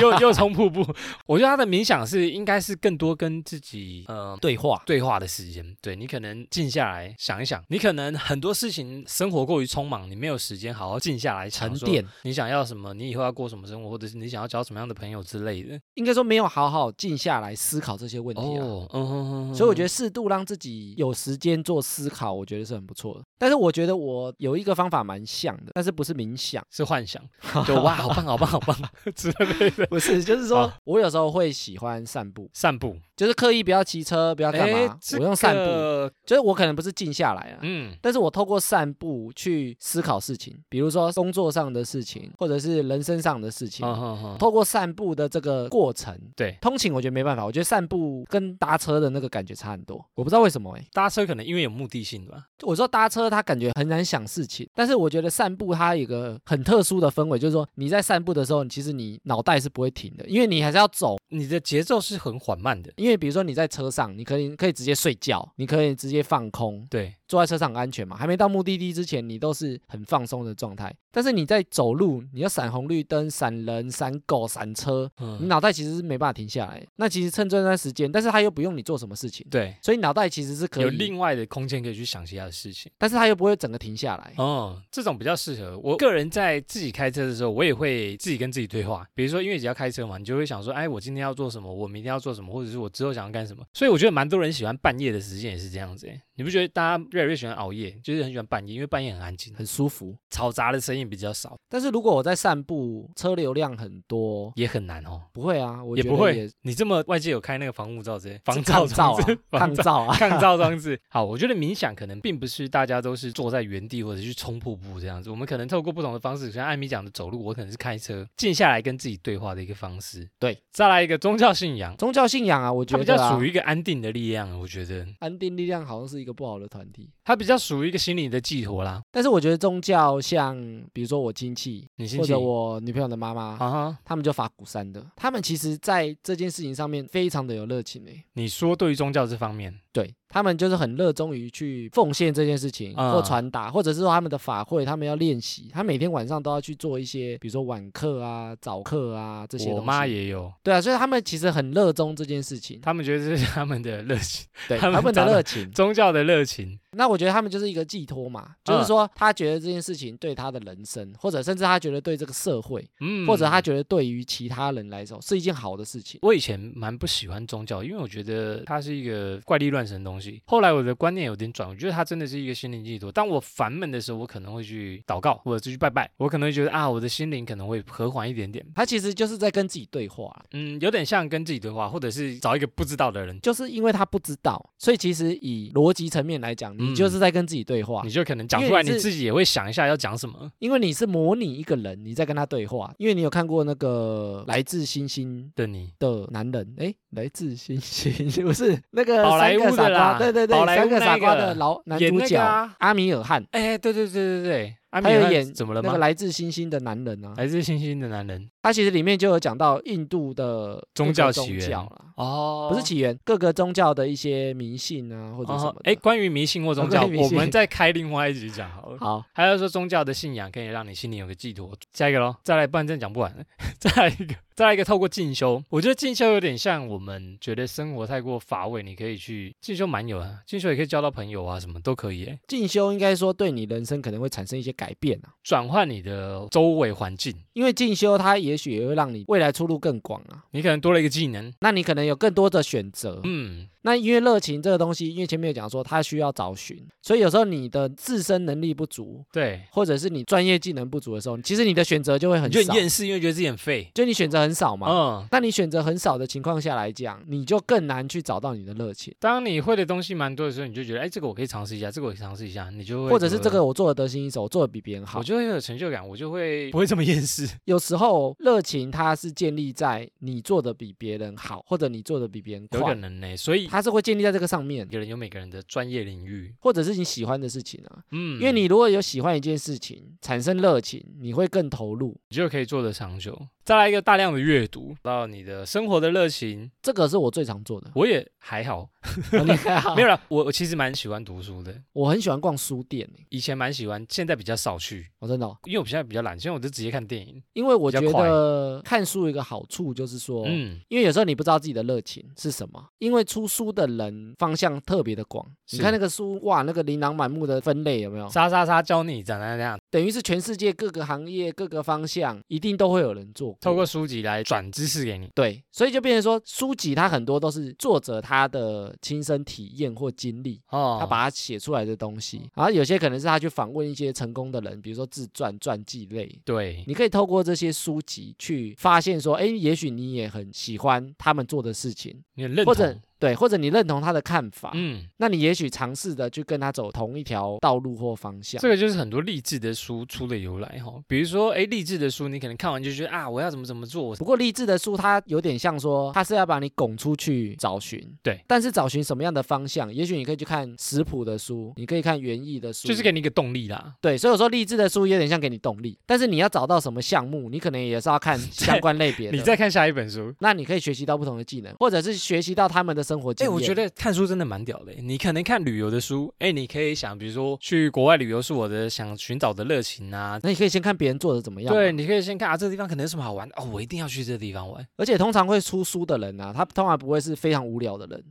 Speaker 1: 又又冲瀑布。我觉得他的冥想是应该是更多跟自己呃
Speaker 2: 对话，
Speaker 1: 对话的时间，对你可能静下来想一想，你可能很多事情生活过于匆忙，你没有时间好好静下来
Speaker 2: 沉
Speaker 1: 想说
Speaker 2: 淀，
Speaker 1: 你想要什么，你以后要过什么生活，或者是你想要交什么样的朋友之类的。
Speaker 2: 应该说没有好好静下来思考这些问题啊。
Speaker 1: 哦，嗯哼哼哼
Speaker 2: 所以我觉
Speaker 1: 得
Speaker 2: 得适度让自己有时间做思考，我觉得是很不错的。但是我觉得我有一个方法蛮像的，但是不是冥想，
Speaker 1: 是幻想，就哇，好棒，好棒，好棒 之类的。
Speaker 2: 不是，就是说
Speaker 1: 好
Speaker 2: 啊我有时候会喜欢散步，
Speaker 1: 散步，
Speaker 2: 就是刻意不要骑车，不要干
Speaker 1: 诶
Speaker 2: 嘛，我用散步，，
Speaker 1: 哎这个
Speaker 2: 就是我可能不是静下来啊。
Speaker 1: 嗯，
Speaker 2: 但是我透过散步去思考事情，比如说工作上的事情，或者是人身上的事情。
Speaker 1: 嗯哼哼
Speaker 2: 透过散步的这个过程，
Speaker 1: 对
Speaker 2: 通勤我觉得没办法，我觉得散步跟搭车的那个感觉差很多，我不知道为什么哎、
Speaker 1: 搭车可能因为有目的性吧，
Speaker 2: 我说搭车，他感觉很难想事情，但是我觉得散步它有一个很特殊的氛围，就是说你在散步的时候，其实你脑袋是不会停的，因为你还是要走。
Speaker 1: 你的节奏是很缓慢的，
Speaker 2: 因为比如说你在车上，你可以可以直接睡觉，你可以直接放空，
Speaker 1: 对，
Speaker 2: 坐在车上很安全嘛。还没到目的地之前，你都是很放松的状态。但是你在走路，你要闪红绿灯、闪人、闪狗、闪车，你
Speaker 1: 嗯，
Speaker 2: 脑袋其实是没办法停下来。那其实趁这段时间，但是他又不用你做什么事情，
Speaker 1: 对，
Speaker 2: 所以脑袋其实是可
Speaker 1: 有
Speaker 2: 以，
Speaker 1: 另外的空间可以去想其他的事情。
Speaker 2: 但是他又不会整个停下来。
Speaker 1: 哦，这种比较适合我个人在自己开车的时候，我也会自己跟自己对话。比如说，因为只要开车嘛，你就会想说，哎，我今天要做什么，我明天要做什么，或者是我之后想要干什么。所以我觉得蛮多人喜欢半夜的时间也是这样子、哎，你不觉得大家越来越喜欢熬夜，就是很喜欢半夜，因为半夜很安静，
Speaker 2: 很舒服，
Speaker 1: 嘈杂的声音比较少，
Speaker 2: 但是如果我在散步，车流量很多，
Speaker 1: 也很难哦。
Speaker 2: 不会啊，我
Speaker 1: 也
Speaker 2: 觉
Speaker 1: 不
Speaker 2: 得
Speaker 1: 会
Speaker 2: 也，
Speaker 1: 你这么外界有开那个防雾罩之类，
Speaker 2: 是
Speaker 1: 防罩
Speaker 2: 抗噪
Speaker 1: 装
Speaker 2: 啊
Speaker 1: 置，，
Speaker 2: 抗
Speaker 1: 防罩。
Speaker 2: 噪啊，
Speaker 1: 抗噪装置。好，我觉得冥想可能并不是大家都是坐在原地或者去冲瀑布这样子，我们可能透过不同的方式，像艾米讲的走路，我可能是开车，静下来跟自己对话的一个方式。
Speaker 2: 对，
Speaker 1: 再来一个宗教信仰，
Speaker 2: 宗教信仰啊，我觉
Speaker 1: 它
Speaker 2: 得、
Speaker 1: 比
Speaker 2: 啊、
Speaker 1: 较属于一个安定的力量，我觉得
Speaker 2: 安定力量好像是一个不好的团体，
Speaker 1: 它比较属于一个心理的寄托啦。
Speaker 2: 但是我觉得宗教像比如说我亲戚
Speaker 1: 你信
Speaker 2: 或
Speaker 1: 不信
Speaker 2: 者我女朋友的妈妈。
Speaker 1: 啊哈，
Speaker 2: 他们就法鼓山的，他们其实在这件事情上面非常的有热情诶。
Speaker 1: 你说对于宗教这方面，
Speaker 2: 对他们就是很热衷于去奉献这件事情，
Speaker 1: 啊
Speaker 2: 或传达，或者是说他们的法会，他们要练习，他每天晚上都要去做一些，比如说晚课啊、早课啊这些东西。
Speaker 1: 我妈也有，
Speaker 2: 对啊，所以他们其实很热衷这件事情，
Speaker 1: 他们觉得这是他们的热情，
Speaker 2: 对
Speaker 1: 他们
Speaker 2: 的
Speaker 1: 找到
Speaker 2: 热情。
Speaker 1: 宗教的热情。
Speaker 2: 那我觉得他们就是一个寄托嘛，就
Speaker 1: 嗯
Speaker 2: 是说他觉得这件事情对他的人生，或者甚至他觉得对这个社会，
Speaker 1: 嗯，
Speaker 2: 或者他觉得对于其他人来说是一件好的事情。
Speaker 1: 我以前蛮不喜欢宗教，因为我觉得它是一个怪力乱神的东西。后来我的观念有点转，我觉得它真的是一个心灵寄托。当我烦闷的时候，我可能会去祷告，或者是去拜拜，我可能会觉得啊，我的心灵可能会和缓一点点。
Speaker 2: 他其实就是在跟自己对话啊、
Speaker 1: 嗯，有点像跟自己对话，或者是找一个不知道的人，
Speaker 2: 就是因为他不知道，所以其实以逻辑层面来讲，你
Speaker 1: 嗯
Speaker 2: 就是在跟自己对话，
Speaker 1: 你就可能讲
Speaker 2: 因为
Speaker 1: 出来，
Speaker 2: 你
Speaker 1: 你
Speaker 2: 是
Speaker 1: 自己也会想一下要讲什么。
Speaker 2: 因为你是模拟一个人，你在跟他对话。因为你有看过那个来自星星。
Speaker 1: 的你，
Speaker 2: 的男人，哎，来自星星，不 是那个
Speaker 1: 宝莱
Speaker 2: 三个
Speaker 1: 坞
Speaker 2: 傻
Speaker 1: 的
Speaker 2: 瓜
Speaker 1: 啦
Speaker 2: 对对对，
Speaker 1: 宝莱
Speaker 2: 三
Speaker 1: 坞
Speaker 2: 个
Speaker 1: 那
Speaker 2: 傻瓜
Speaker 1: 个
Speaker 2: 的老男
Speaker 1: 演
Speaker 2: 主
Speaker 1: 那个
Speaker 2: 角、
Speaker 1: 啊
Speaker 2: 阿米尔汗，
Speaker 1: 哎，对对对对对，阿
Speaker 2: 他
Speaker 1: 米
Speaker 2: 有
Speaker 1: 尔汗
Speaker 2: 演
Speaker 1: 怎么了
Speaker 2: 那
Speaker 1: 吗
Speaker 2: 个？来自星星的男人啊，
Speaker 1: 来自星星的男人，
Speaker 2: 它其实里面就有讲到印度的
Speaker 1: 宗
Speaker 2: 各
Speaker 1: 教
Speaker 2: 个
Speaker 1: 起
Speaker 2: 宗
Speaker 1: 源
Speaker 2: 教啦，
Speaker 1: 哦
Speaker 2: 不是起源，各个宗教的一些迷信啊或者什么
Speaker 1: 哦
Speaker 2: 的。，
Speaker 1: 哎，关于迷信或宗教，
Speaker 2: 关于迷
Speaker 1: 我们
Speaker 2: 信
Speaker 1: 再开另外一集讲好了。
Speaker 2: 好，
Speaker 1: 还有说宗教的信仰可以让你心里有个寄托。下一个喽，再来，不然真的讲不完。 再来一个，再来一个，透过进修，我觉得进修有点像我们觉得生活太过乏味，你可以去进修，蛮有啊，进修也可以交到朋友啊，什么都可以、欸，
Speaker 2: 进修应该说对你人生可能会产生一些改变啊，
Speaker 1: 转换你的周围环境，
Speaker 2: 因为进修它也许也会让你未来出路更广啊，
Speaker 1: 你可能多了一个技能。
Speaker 2: 那你可能有更多的选择。
Speaker 1: 嗯，
Speaker 2: 那因为热情这个东西，因为前面有讲说它需要找寻，所以有时候你的自身能力不足，
Speaker 1: 对，
Speaker 2: 或者是你专业技能不足的时候，其实你的选择就会
Speaker 1: 你
Speaker 2: 很
Speaker 1: 就很
Speaker 2: 少，
Speaker 1: 厌世，因为觉得自己很废。
Speaker 2: 就你选择很少嘛。
Speaker 1: 嗯，
Speaker 2: 那你选择很少的情况下来讲，你就更难去找到你的热情，
Speaker 1: 当你会的东西蛮多的时候，你就觉得，哎，这个我可以尝试一下，这个我可以尝试一下，你就会
Speaker 2: 或者是
Speaker 1: 觉
Speaker 2: 这
Speaker 1: 得
Speaker 2: 个我做的得心应手，我做的比别人好
Speaker 1: 我。就会有成就感，我就会不会这么厌世。
Speaker 2: 有时候热情它是建立在你做的比别人好，或者你做的比别人
Speaker 1: 有可
Speaker 2: 快，
Speaker 1: 能呢、所以
Speaker 2: 它是会建立在这个上面
Speaker 1: 每，个人有每个人的专业领域，
Speaker 2: 或者是你喜欢的事情啊。
Speaker 1: 嗯，
Speaker 2: 因为你如果有喜欢一件事情，产生热情，你会更投入。
Speaker 1: 你就可以做得长久。再来一个大量的阅读，到你的生活的热情，。
Speaker 2: 这个是我最常做的
Speaker 1: 我也还好，
Speaker 2: 很厉害啊
Speaker 1: 没有啦，我我其实蛮喜欢读书的，
Speaker 2: 我很喜欢逛书店欸，
Speaker 1: 以前蛮喜欢，现在比较少去，
Speaker 2: 我真的哦，
Speaker 1: 因为我现在比较懒，现在我就直接看电影。
Speaker 2: 因为我
Speaker 1: 比较
Speaker 2: 觉得看书有一个好处就是说，
Speaker 1: 嗯，
Speaker 2: 因为有时候你不知道自己的热情是什么，因为出书的人方向特别的广。
Speaker 1: 是
Speaker 2: 你看那个书，哇，那个琳琅满目的分类有没有？
Speaker 1: 杀杀杀教你怎样怎样，
Speaker 2: 等于是全世界各个行业、各个方向一定都会有人做
Speaker 1: 透过书籍来转知识给你。
Speaker 2: 对，所以就变成说，书籍它很多都是作者他的亲身体验或经历，
Speaker 1: 哦，
Speaker 2: 他把它写出来的东西，然后有些可能是他去访问一些成功的人，比如说自传、传记类。
Speaker 1: 对，
Speaker 2: 你可以透过这些书籍去发现说，哎，也许你也很喜欢他们做的事情，
Speaker 1: 你很认
Speaker 2: 或者
Speaker 1: 同，
Speaker 2: 对，或者你认同他的看法，
Speaker 1: 嗯，
Speaker 2: 那你也许尝试的去跟他走同一条道路或方向
Speaker 1: 这。个就是很多励志的书出的由来哈、比如说，哎，励志的书你可能看完就觉得啊，我要怎么怎么做，我
Speaker 2: 不过励志的书，它有点像说，它是要把你拱出去找寻，
Speaker 1: 对。
Speaker 2: 但是找寻什么样的方向，也许你可以去看食谱的书，你可以看园艺的书，
Speaker 1: 就是给你一个动力啦。
Speaker 2: 对，所以我说励志的书有点像给你动力，但是你要找到什么项目，你可能也是 要看相关类别的。
Speaker 1: 你再看下一本书，
Speaker 2: 那你可以学习到不同的技能，或者是学习到他们的生活经
Speaker 1: 哎、
Speaker 2: 验。
Speaker 1: 我觉得看书真的蛮屌的欸。你可能看旅游的书，哎、你可以想，比如说去国外旅游是我的想寻找的热情啊。
Speaker 2: 那你可以先看别人做的怎么样嘛。
Speaker 1: 对，你可以先看啊，这个地方可能有什么好玩的哦，我一定要去这个地方玩。
Speaker 2: 而且通常会出书的人啊，他通常不会是非常无聊 的人，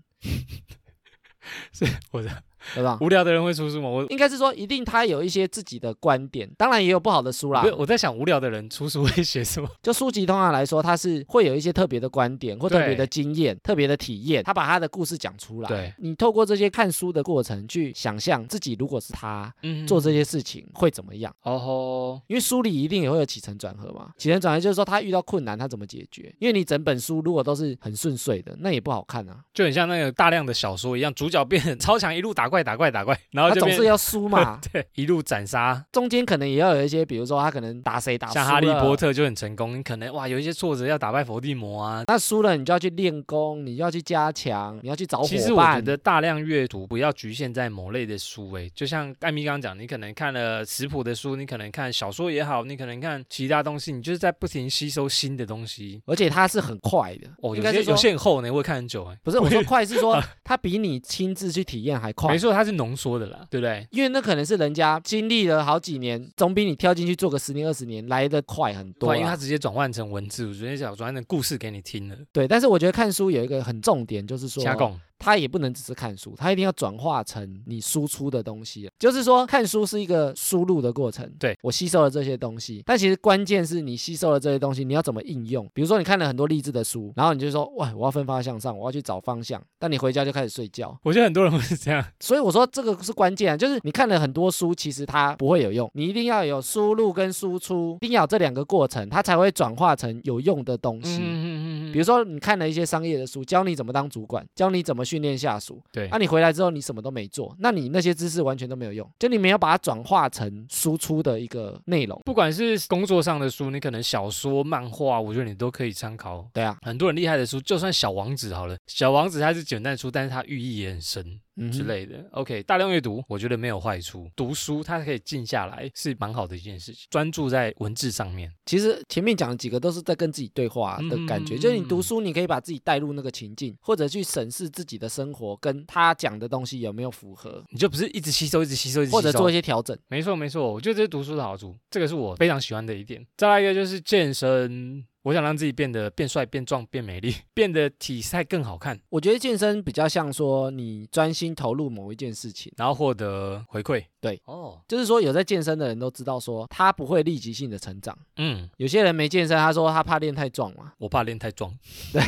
Speaker 1: 我的
Speaker 2: 对吧？
Speaker 1: 无聊的人会出书吗？我
Speaker 2: 应该是说，一定他有一些自己的观点，当然也有不好的书啦
Speaker 1: 不。是我在想，无聊的人出书会写 什么？
Speaker 2: 就书籍通常来说，他是会有一些特别的观点或特别的经验、特别的体验，他把他的故事讲出来。
Speaker 1: 对，
Speaker 2: 你透过这些看书的过程去想象自己如果是他
Speaker 1: 嗯
Speaker 2: 做这些事情会怎么样。
Speaker 1: 哦吼，
Speaker 2: 因为书里一定也会有起承转合嘛，起承转合就是说他遇到困难他怎么解决。因为你整本书如果都是很顺遂的，那也不好看啊，
Speaker 1: 就很像那个大量的小说一样，主角变很超强，一路打怪打怪打怪，然后
Speaker 2: 他
Speaker 1: 就
Speaker 2: 总
Speaker 1: 变。
Speaker 2: 是要输嘛
Speaker 1: 对一路斩杀。
Speaker 2: 中间可能也要有一些，比如说他可能打谁打输
Speaker 1: 像哈利
Speaker 2: 了
Speaker 1: 波特就很成功，你可能哇有一些挫折要打败伏地魔啊，
Speaker 2: 那输了你就要去练功，你就要去加强，你要去找伙伴。
Speaker 1: 其实我觉得大量阅读不要局限在某类的书、诶，就像艾米刚刚讲，你可能看了食谱的书，你可能看小说也好，你可能看其他东西，你就是在不停吸收新的东西。
Speaker 2: 而且它是很快的，
Speaker 1: 哦，
Speaker 2: 应
Speaker 1: 有
Speaker 2: 该
Speaker 1: 些
Speaker 2: 是说
Speaker 1: 有些很厚呢，我也看很久、诶，
Speaker 2: 不是我说快是 说它比你亲自去体验还快
Speaker 1: 没。错，它是浓缩的啦，对不对？
Speaker 2: 因为那可能是人家经历了好几年，总比你跳进去做个十年二十年来的快很多
Speaker 1: 对，
Speaker 2: 啦。
Speaker 1: 因为它直接转换成文字，我直接讲转换成故事给你听了。
Speaker 2: 对，但是我觉得看书有一个很重点，就是说
Speaker 1: 加贡，
Speaker 2: 它也不能只是看书，它一定要转化成你输出的东西。就是说，看书是一个输入的过程，
Speaker 1: 对
Speaker 2: 我吸收了这些东西，但其实关键是你吸收了这些东西，你要怎么应用？比如说，你看了很多励志的书，然后你就说，哇，我要奋发向上，我要去找方向，但你回家就开始睡觉。
Speaker 1: 我觉得很多人会是这样，
Speaker 2: 所以我说这个是关键、啊，就是你看了很多书，其实它不会有用，你一定要有输入跟输出，一定要有这两个过程，它才会转化成有用的东西。
Speaker 1: 嗯
Speaker 2: 比如说，你看了一些商业的书，教你怎么当主管，教你怎么训练下属。啊
Speaker 1: 对
Speaker 2: 那、你回来之后，你什么都没做，那你那些知识完全都没有用，就你没有把它转化成输出的一个内容。
Speaker 1: 不管是工作上的书，你可能小说、漫画，我觉得你都可以参考。
Speaker 2: 对啊，
Speaker 1: 很多人厉害的书，就算《小王子》好了，《小王子》它是简单的书，但是它寓意也很深。
Speaker 2: 嗯
Speaker 1: 之
Speaker 2: 哼
Speaker 1: 类的。OK，大量阅读我觉得没有坏处，读书它可以静下来是蛮好的一件事情，专注在文字上面。
Speaker 2: 其实前面讲的几个都是在跟自己对话的感觉，
Speaker 1: 嗯
Speaker 2: 就是你读书，你可以把自己带入那个情境，或者去审视自己的生活跟他讲的东西有没有符合，
Speaker 1: 你就不是一直吸收，一直吸收，一直吸收。
Speaker 2: 或者做一些调整。
Speaker 1: 没错没错，我觉得这是读书的好处，这个是我非常喜欢的一点。再来一个就是健身，我想让自己变得变帅、变壮、变美丽，变得体态更好看，
Speaker 2: 我觉得健身比较像说你专心投入某一件事情，
Speaker 1: 然后获得回馈。
Speaker 2: 对，
Speaker 1: 哦，
Speaker 2: 就是说有在健身的人都知道说他不会立即性的成长。
Speaker 1: 嗯，
Speaker 2: 有些人没健身，他说他怕练太壮嘛，
Speaker 1: 我怕练太 壮。对，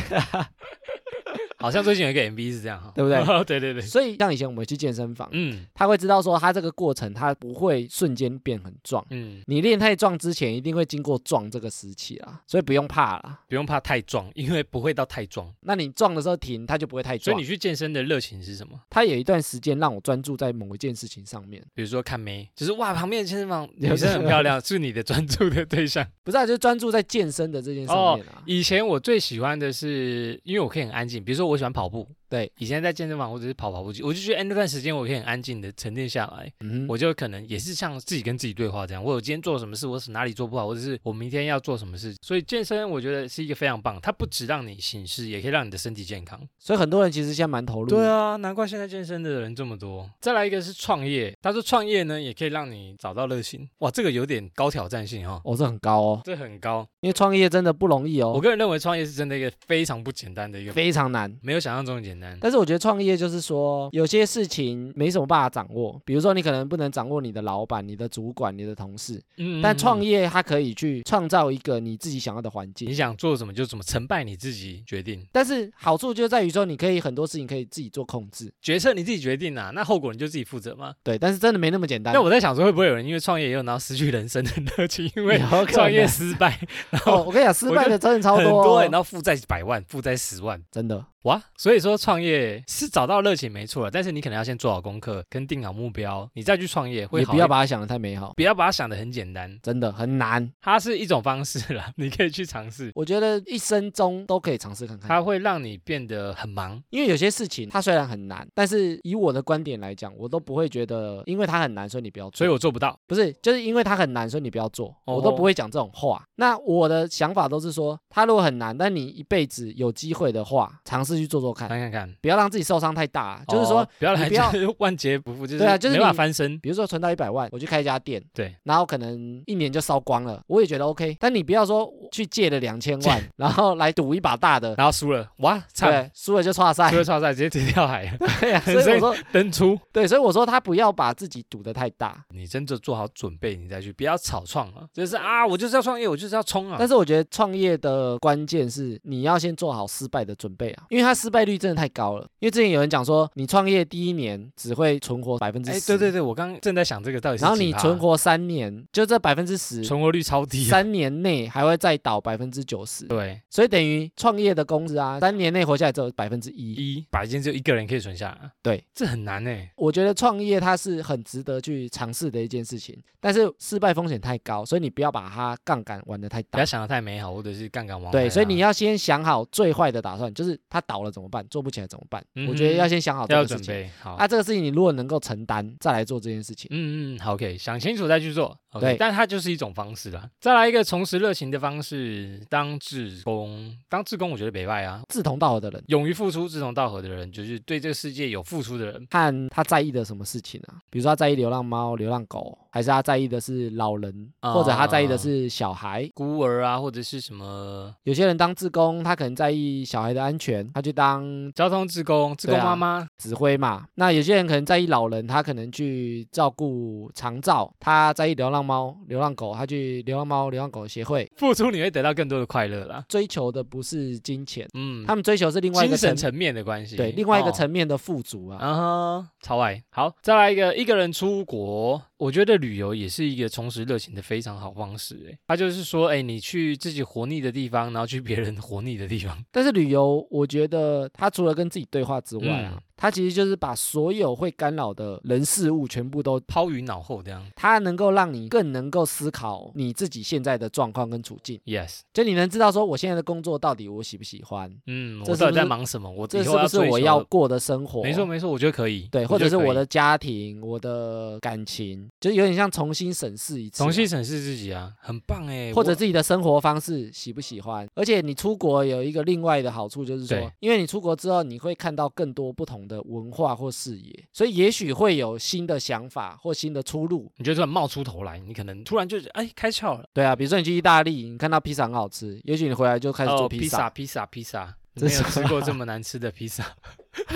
Speaker 1: 好像最近有一个 MV 是这样哈，
Speaker 2: 对不对？
Speaker 1: 对对对，
Speaker 2: 所以像以前我们去健身房，
Speaker 1: 嗯
Speaker 2: 他会知道说他这个过程他不会瞬间变很壮。
Speaker 1: 嗯，
Speaker 2: 你练太壮之前，一定会经过壮这个时期啦，所以不用怕啦。
Speaker 1: 不用怕太壮，因为不会到太壮。
Speaker 2: 那你撞的时候停，它就不会太
Speaker 1: 所以
Speaker 2: 撞。
Speaker 1: 你去健身的热情是什么？
Speaker 2: 它有一段时间让我专注在某一件事情上面，
Speaker 1: 比如说看妹，就是哇，旁边的健身房
Speaker 2: 有
Speaker 1: 女生
Speaker 2: 这
Speaker 1: 很
Speaker 2: 个
Speaker 1: 漂亮，是你的专注的对象。
Speaker 2: 不是、啊，就专注在健身的这件上面啊。
Speaker 1: 以前我最喜欢的是，因为我可以很安静，比如说我喜欢跑步，
Speaker 2: 对，
Speaker 1: 以前在健身房或者是跑跑步机，我就觉得哎那段时间我可以很安静的沉淀下来，
Speaker 2: 嗯哼，
Speaker 1: 我就可能也是像自己跟自己对话这样，我有今天做了什么事，我是哪里做不好，或者是我明天要做什么事，所以健身我觉得是一个非常棒，它不只让你醒视，也可以让你的身体健康。
Speaker 2: 所以很多人其实现在蛮投入。
Speaker 1: 对，啊，难怪现在健身的人这么多。再来一个是创业，他说创业呢也可以让你找到热情，哇，这个有点高挑战性哦，
Speaker 2: 哦，这很高哦，
Speaker 1: 这很高。
Speaker 2: 因为创业真的不容易
Speaker 1: 我
Speaker 2: 哦，
Speaker 1: 个人认为创业是真的一个非常不简单的一个。
Speaker 2: 非常难。
Speaker 1: 没有想象中的简单，
Speaker 2: 但是我觉得创业就是说，有些事情没什么办法掌握，比如说你可能不能掌握你的老板、你的主管、你的同事，
Speaker 1: 嗯
Speaker 2: 但创业它可以去创造一个你自己想要的环境
Speaker 1: 你。想做什么就怎么，成败你自己决定，
Speaker 2: 但是好处就在于说，你可以很多事情可以自己做控制，
Speaker 1: 决策你自己决定啊，那后果你就自己负责嘛。
Speaker 2: 对。但是真的没那么简单。
Speaker 1: 那我在想说，会不会有人因为创业以后，然后失去人生的热情，因为
Speaker 2: 有可能
Speaker 1: 创业失败，
Speaker 2: 哦，我跟你讲，失败的真的超
Speaker 1: 很
Speaker 2: 多、
Speaker 1: 多欸
Speaker 2: 哦，
Speaker 1: 人然后负债百万，负债十万。
Speaker 2: 真的。
Speaker 1: 哇，所以说创业是找到热情没错了，但是你可能要先做好功课，跟定好目标，你再去创业会
Speaker 2: 也
Speaker 1: 好欸
Speaker 2: 不
Speaker 1: 一。
Speaker 2: 要把它想得太美好，
Speaker 1: 不要把它想得很简单，
Speaker 2: 真的很难。
Speaker 1: 它是一种方式啦， 你可以去尝试，
Speaker 2: 我觉得一生中都可以尝试看看，
Speaker 1: 它会让你变得很忙。
Speaker 2: 因为有些事情它虽然很难，但是以我的观点来讲，我都不会觉得因为它很难，所以你不要做。
Speaker 1: 所以我做不到，
Speaker 2: 不是，就是因为它很难，所以你不要做，
Speaker 1: 哦
Speaker 2: 我都不会讲这种话。那我的想法都是说，它如果很难，但你一辈子有机会的话，尝试去做做看，
Speaker 1: 看看看，
Speaker 2: 不要让自己受伤太大。嗯啊就是说
Speaker 1: 哎哦，不要
Speaker 2: 你
Speaker 1: 来，
Speaker 2: 不要
Speaker 1: 就是万劫不复，就是
Speaker 2: 对啊就是
Speaker 1: 没办法
Speaker 2: 你
Speaker 1: 翻身。
Speaker 2: 比如说存到一百万，我去开一家店，
Speaker 1: 对，
Speaker 2: 然后可能一年就烧光了，我也觉得 OK。但你不要说去借了两 千万，然后来赌一把大的，
Speaker 1: 然后输了，哇，惨，
Speaker 2: 对，输了就差赛
Speaker 1: 输。了超赛直接直接跳海，
Speaker 2: 对 啊，所以我说，
Speaker 1: 登出。
Speaker 2: 对，所以我说他不要把自己赌得太大。
Speaker 1: 你真的做好准备，你再去，不要草创啊！就是啊，我就是要创业，我就是要冲啊！
Speaker 2: 但是我觉得创业的关键是你要先做好失败的准备啊，因为他失败率真的太高了。因为之前有人讲说，你创业第一年只会存活百分之
Speaker 1: 哎，
Speaker 2: 十，
Speaker 1: 对对对，我刚刚正在想这个到底是
Speaker 2: 然后
Speaker 1: 几
Speaker 2: 你
Speaker 1: 趴
Speaker 2: 存活三年，就这百分之十，
Speaker 1: 存活率超低啊，
Speaker 2: 三年内还会再倒百分之九十，
Speaker 1: 对，
Speaker 2: 所以等于创业的工资啊，三年内活下来只有百分之一。
Speaker 1: 一百间只有一个人可以存下来，
Speaker 2: 对，
Speaker 1: 这很难哎。
Speaker 2: 我觉得创业它是很值得去尝试的一件事情，但是失败风险太高，所以你不要把它杠杆玩得太
Speaker 1: 不
Speaker 2: 大
Speaker 1: 要。想的太美好，或者是杠杆王牌啊。
Speaker 2: 对，所以你要先想好最坏的打算，就是它倒了怎么办，做不起来怎么办？
Speaker 1: 嗯哼
Speaker 2: 我觉得要先想好这
Speaker 1: 要
Speaker 2: 个
Speaker 1: 有
Speaker 2: 事
Speaker 1: 准
Speaker 2: 情。
Speaker 1: 备好。
Speaker 2: 啊，这个事情你如果能够承担，再来做这件事情。
Speaker 1: 嗯嗯，好，OK，想清楚再去做。o
Speaker 2: 对
Speaker 1: 但它就是一种方式啦。再来一个重拾热情的方式，当志工，当志工我觉得北外啊，
Speaker 2: 志同道合的人
Speaker 1: 勇于付出、志同道合的人，就是对这个世界有付出的人。
Speaker 2: 看他在意的什么事情啊，比如说他在意流浪猫、流浪狗，还是他在意的是老人，
Speaker 1: 啊
Speaker 2: 或者他在意的是小孩。
Speaker 1: 孤儿啊，或者是什么
Speaker 2: 有些人当志工，他可能在意小孩的安全，他去当
Speaker 1: 交通志工、志工
Speaker 2: 对啊
Speaker 1: 妈妈，
Speaker 2: 指挥嘛。那有些人可能在意老人，他可能去照顾长照，他在意流浪猫、流浪狗，他去流浪猫、流浪狗协会。
Speaker 1: 付出你会得到更多的快乐啦。
Speaker 2: 追求的不是金钱，
Speaker 1: 嗯，
Speaker 2: 他们追求是另外一
Speaker 1: 精
Speaker 2: 个层
Speaker 1: 神层面的关系，
Speaker 2: 对另外一个
Speaker 1: 哦
Speaker 2: 层面的富足啊。
Speaker 1: 啊哈，超爱。好，再来一个，一个人出国，我觉得旅游也是一个重拾热情的非常好方式。诶，他就是说，哎，你去自己活腻的地方，然后去别人活腻的地方。
Speaker 2: 但是旅游，我觉得他除了跟自己对话之外啊
Speaker 1: 嗯，
Speaker 2: 他其实就是把所有会干扰的人事物全部都，
Speaker 1: 抛于脑后这样。
Speaker 2: 他能够让你更能够思考你自己现在的状况跟处境，
Speaker 1: Yes，
Speaker 2: 就你能知道说我现在的工作到底我喜不喜欢，
Speaker 1: 嗯，
Speaker 2: 这
Speaker 1: 我
Speaker 2: 是
Speaker 1: 到
Speaker 2: 不
Speaker 1: 底在
Speaker 2: 是
Speaker 1: 忙什么？我
Speaker 2: 这
Speaker 1: 以
Speaker 2: 是
Speaker 1: 后
Speaker 2: 不是
Speaker 1: 追
Speaker 2: 我
Speaker 1: 求
Speaker 2: 要
Speaker 1: 的？
Speaker 2: 过的生活？
Speaker 1: 没错没错，我觉得可以。
Speaker 2: 对，
Speaker 1: 我
Speaker 2: 或
Speaker 1: 觉
Speaker 2: 者
Speaker 1: 得
Speaker 2: 是
Speaker 1: 可
Speaker 2: 我
Speaker 1: 以
Speaker 2: 的家庭、我的感情，就是有点像重新审视一次啊，
Speaker 1: 重新审视自己啊，很棒哎。
Speaker 2: 或者
Speaker 1: 我
Speaker 2: 自己的生活方式喜不喜欢。而且你出国有一个另外的好处，就是说
Speaker 1: 对，
Speaker 2: 因为你出国之后，你会看到更多不同的文化或视野，所以也许会有新的想法或新的出路。
Speaker 1: 你觉得突然冒出头来，你可能突然就哎开窍了，
Speaker 2: 对啊，比如说你去意大利，你看到披萨很好吃，也许你回来就开始做
Speaker 1: 哦，
Speaker 2: 披
Speaker 1: 披
Speaker 2: 萨。
Speaker 1: 萨披萨披萨，
Speaker 2: 这
Speaker 1: 没
Speaker 2: 是
Speaker 1: 有吃 过这么难吃的披萨，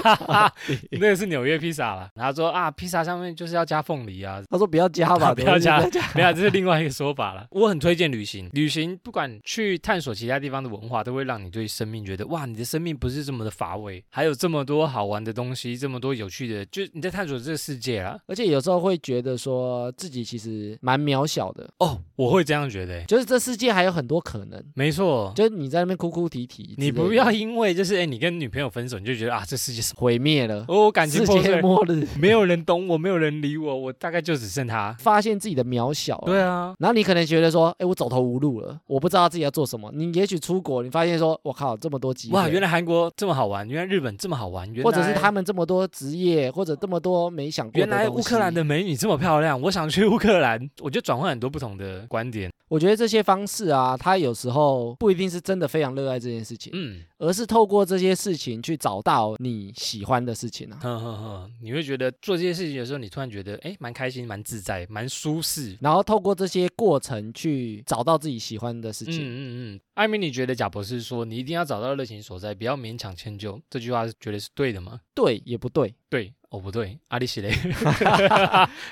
Speaker 1: 哈哈，那个是纽约披萨啦。然后说啊，披萨上面就是要加凤梨啊，
Speaker 2: 他说不要加 吧，
Speaker 1: 不要
Speaker 2: 怎么
Speaker 1: 加
Speaker 2: 会加，
Speaker 1: 没有，啊这是另外一个说法了。我很推荐旅行，旅行不管去探索其他地方的文化，都会让你对生命觉得哇，你的生命不是这么的乏味，还有这么多好玩的东西，这么多有趣的，就是你在探索这个世界啦。
Speaker 2: 而且有时候会觉得说自己其实蛮渺小的，
Speaker 1: 哦，我会这样觉得欸，
Speaker 2: 就是这世界还有很多可能。
Speaker 1: 没错，
Speaker 2: 就是你在那边哭哭啼啼之类的，
Speaker 1: 你不要因为就是哎，你跟女朋友分手，你就觉得啊，这世界是
Speaker 2: 毁灭了，
Speaker 1: 哦，我感情
Speaker 2: 世
Speaker 1: 破
Speaker 2: 界
Speaker 1: 碎，
Speaker 2: 末日，
Speaker 1: 没有人懂我，没有人理我，我大概就只剩他。
Speaker 2: 发现自己的渺小。
Speaker 1: 对。啊，
Speaker 2: 然后你可能觉得说，哎，我走投无路了，我不知道自己要做什么。你也许出国，你发现说，我靠，这么多机会，
Speaker 1: 哇，原来韩国这么好玩，原来日本这么好玩，原来
Speaker 2: 或者是他们这么多职业，或者这么多没想过
Speaker 1: 原来
Speaker 2: 东
Speaker 1: 乌克兰
Speaker 2: 西
Speaker 1: 的美女这么漂亮，我想去乌克兰， 我就转换很多不同的观点。
Speaker 2: 我觉得这些方式啊，他有时候不一定是真的非常热爱这件事情，
Speaker 1: 嗯，
Speaker 2: 而是透过这些事情去找到你喜欢的事情啊。
Speaker 1: 呵呵呵，你会觉得做这些事情的时候，你突然觉得哎，蛮开心，蛮自在，蛮舒适。
Speaker 2: 然后透过这些过程去找到自己喜欢的事
Speaker 1: 嗯
Speaker 2: 情，
Speaker 1: 嗯嗯，艾米，你觉得贾博士说你一定要找到热情所在，不要勉强迁就，这句话是觉得是对的吗？
Speaker 2: 对也 不对。
Speaker 1: 对，哦不对，阿里喜雷，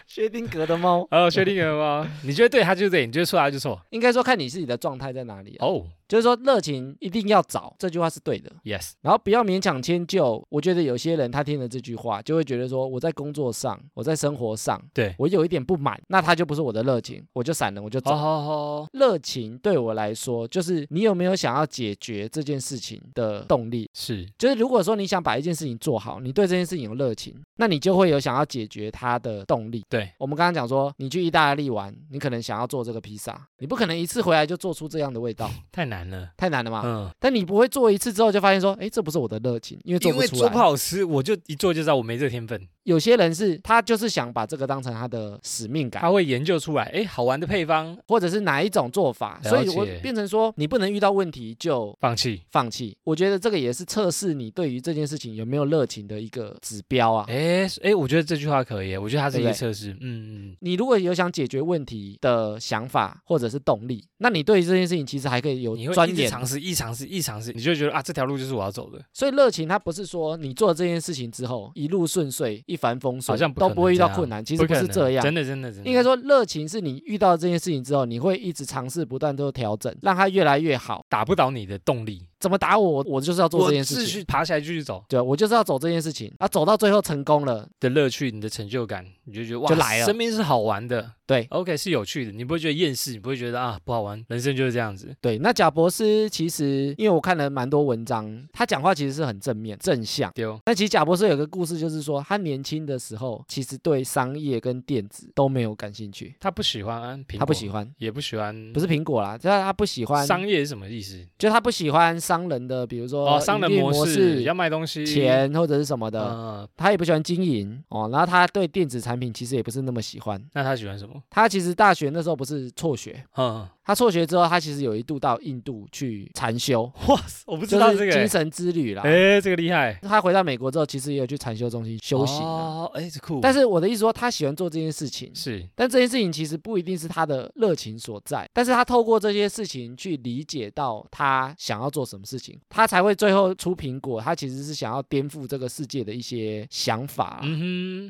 Speaker 2: 薛定谔的猫，
Speaker 1: 哦，确定了吗？ 你觉得对，他就对；你觉得错，他就错。
Speaker 2: 应该说看你自己的状态在哪里、啊。
Speaker 1: 哦
Speaker 2: 就是说热情一定要找，这句话是对的。
Speaker 1: ，yes，
Speaker 2: 然后不要勉强迁就。我觉得有些人他听了这句话，就会觉得说我在工作上，我在生活上，
Speaker 1: 对
Speaker 2: 我有一点不满，那他就不是我的热情，我就闪人，我就走。
Speaker 1: 好好好，
Speaker 2: 热情对我来说，就是你有没有想要解决这件事情的动力。
Speaker 1: 是
Speaker 2: 就是如果说你想把一件事情做好，你对这件事情有热情，那你就会有想要解决它的动力。
Speaker 1: 对，
Speaker 2: 我们刚刚讲说，你去意大利玩，你可能想要做这个披萨，你不可能一次回来就做出这样的味道，
Speaker 1: 太难了。
Speaker 2: 太难了嘛。
Speaker 1: 嗯，
Speaker 2: 但你不会做一次之后就发现说，哎，这不是我的热情，因为做
Speaker 1: 因
Speaker 2: 不
Speaker 1: 为
Speaker 2: 出来。
Speaker 1: 做不好吃，我就一做就知道我没这个天分。
Speaker 2: 有些人是他就是想把这个当成他的使命感，
Speaker 1: 他会研究出来，哎，好玩的配方，
Speaker 2: 或者是哪一种做法，
Speaker 1: 了
Speaker 2: 所以我
Speaker 1: 解
Speaker 2: 变成说你不能遇到问题就。
Speaker 1: 放弃。
Speaker 2: 放弃，我觉得这个也是测试你对于这件事情有没有热情的一个指标啊。
Speaker 1: 哎哎，我觉得这句话可以，我觉得它是一
Speaker 2: 对
Speaker 1: 个
Speaker 2: 不对
Speaker 1: 测试。嗯，嗯
Speaker 2: 你如果有想解决问题的想法或者是动力，那你对于这件事情其实还可以有
Speaker 1: 你会
Speaker 2: 钻
Speaker 1: 一直
Speaker 2: 研。
Speaker 1: 尝试，一尝试，一尝试，你就觉得啊，这条路就是我要走的。
Speaker 2: 所以热情它不是说你做这件事情之后一路顺遂、一帆风顺，
Speaker 1: 好像不
Speaker 2: 都
Speaker 1: 可
Speaker 2: 不会
Speaker 1: 能
Speaker 2: 遇
Speaker 1: 这
Speaker 2: 到
Speaker 1: 样
Speaker 2: 困难，其实不
Speaker 1: 可
Speaker 2: 是
Speaker 1: 能啊
Speaker 2: 这样。
Speaker 1: 真的真的真的。
Speaker 2: 应该说，热情是你遇到这件事情之后，你会一直尝试，不断都调整，让它越来越好。
Speaker 1: 打不倒你的动力，
Speaker 2: 怎么打我，我我就是要做
Speaker 1: 我
Speaker 2: 这件事
Speaker 1: 继
Speaker 2: 情。
Speaker 1: 续爬起来继续走
Speaker 2: 对，我就是要走这件事情啊，走到最后成功了，
Speaker 1: 的乐趣，你的成就感，你就觉得哇，
Speaker 2: 就来了
Speaker 1: 生命是好玩的。
Speaker 2: 对
Speaker 1: ，OK 是有趣的，你不会觉得厌世，你不会觉得啊不好玩，人生就是这样子。
Speaker 2: 对。那贾博士其实，因为我看了蛮多文章，他讲话其实是很正面、正向。
Speaker 1: 丢，
Speaker 2: 那其实贾博士有个故事，就是说他年轻的时候，其实对商业跟电子都没有感兴趣，
Speaker 1: 他不喜欢苹果，
Speaker 2: 他不喜，欢，
Speaker 1: 也不喜欢，
Speaker 2: 不是苹果啦，就是他不喜欢，
Speaker 1: 商业是什么意思？
Speaker 2: 就他不喜欢商人的，比如说
Speaker 1: 哦，商人
Speaker 2: 营运
Speaker 1: 模
Speaker 2: 模
Speaker 1: 式要卖东西，
Speaker 2: 钱或者是什么的，
Speaker 1: 呃，
Speaker 2: 他也不喜欢经营哦，然后他对电子产品其实也不是那么喜欢。
Speaker 1: 那他喜欢什么？
Speaker 2: 他其实大学那时候不是辍学，
Speaker 1: 嗯，
Speaker 2: 他辍学之后，他其实有一度到印度去禅修，
Speaker 1: 哇，我不知
Speaker 2: 就
Speaker 1: 道这
Speaker 2: 是
Speaker 1: 个
Speaker 2: 精
Speaker 1: 欸，
Speaker 2: 神之旅啦。
Speaker 1: 哎，这个厉害，
Speaker 2: 他回到美国之后，其实也有去禅修中心修行啊。
Speaker 1: 哦，哎，这酷，
Speaker 2: 但
Speaker 1: 是
Speaker 2: 是我的意思说，他喜欢做这件事情，
Speaker 1: 是
Speaker 2: 但这件事情其实不一定是他的热情所在，但是他透过这些事情去理解到他想要做什么事情，他才会最后出苹果。他其实是想要颠覆这个世界的一些想法啊、
Speaker 1: 嗯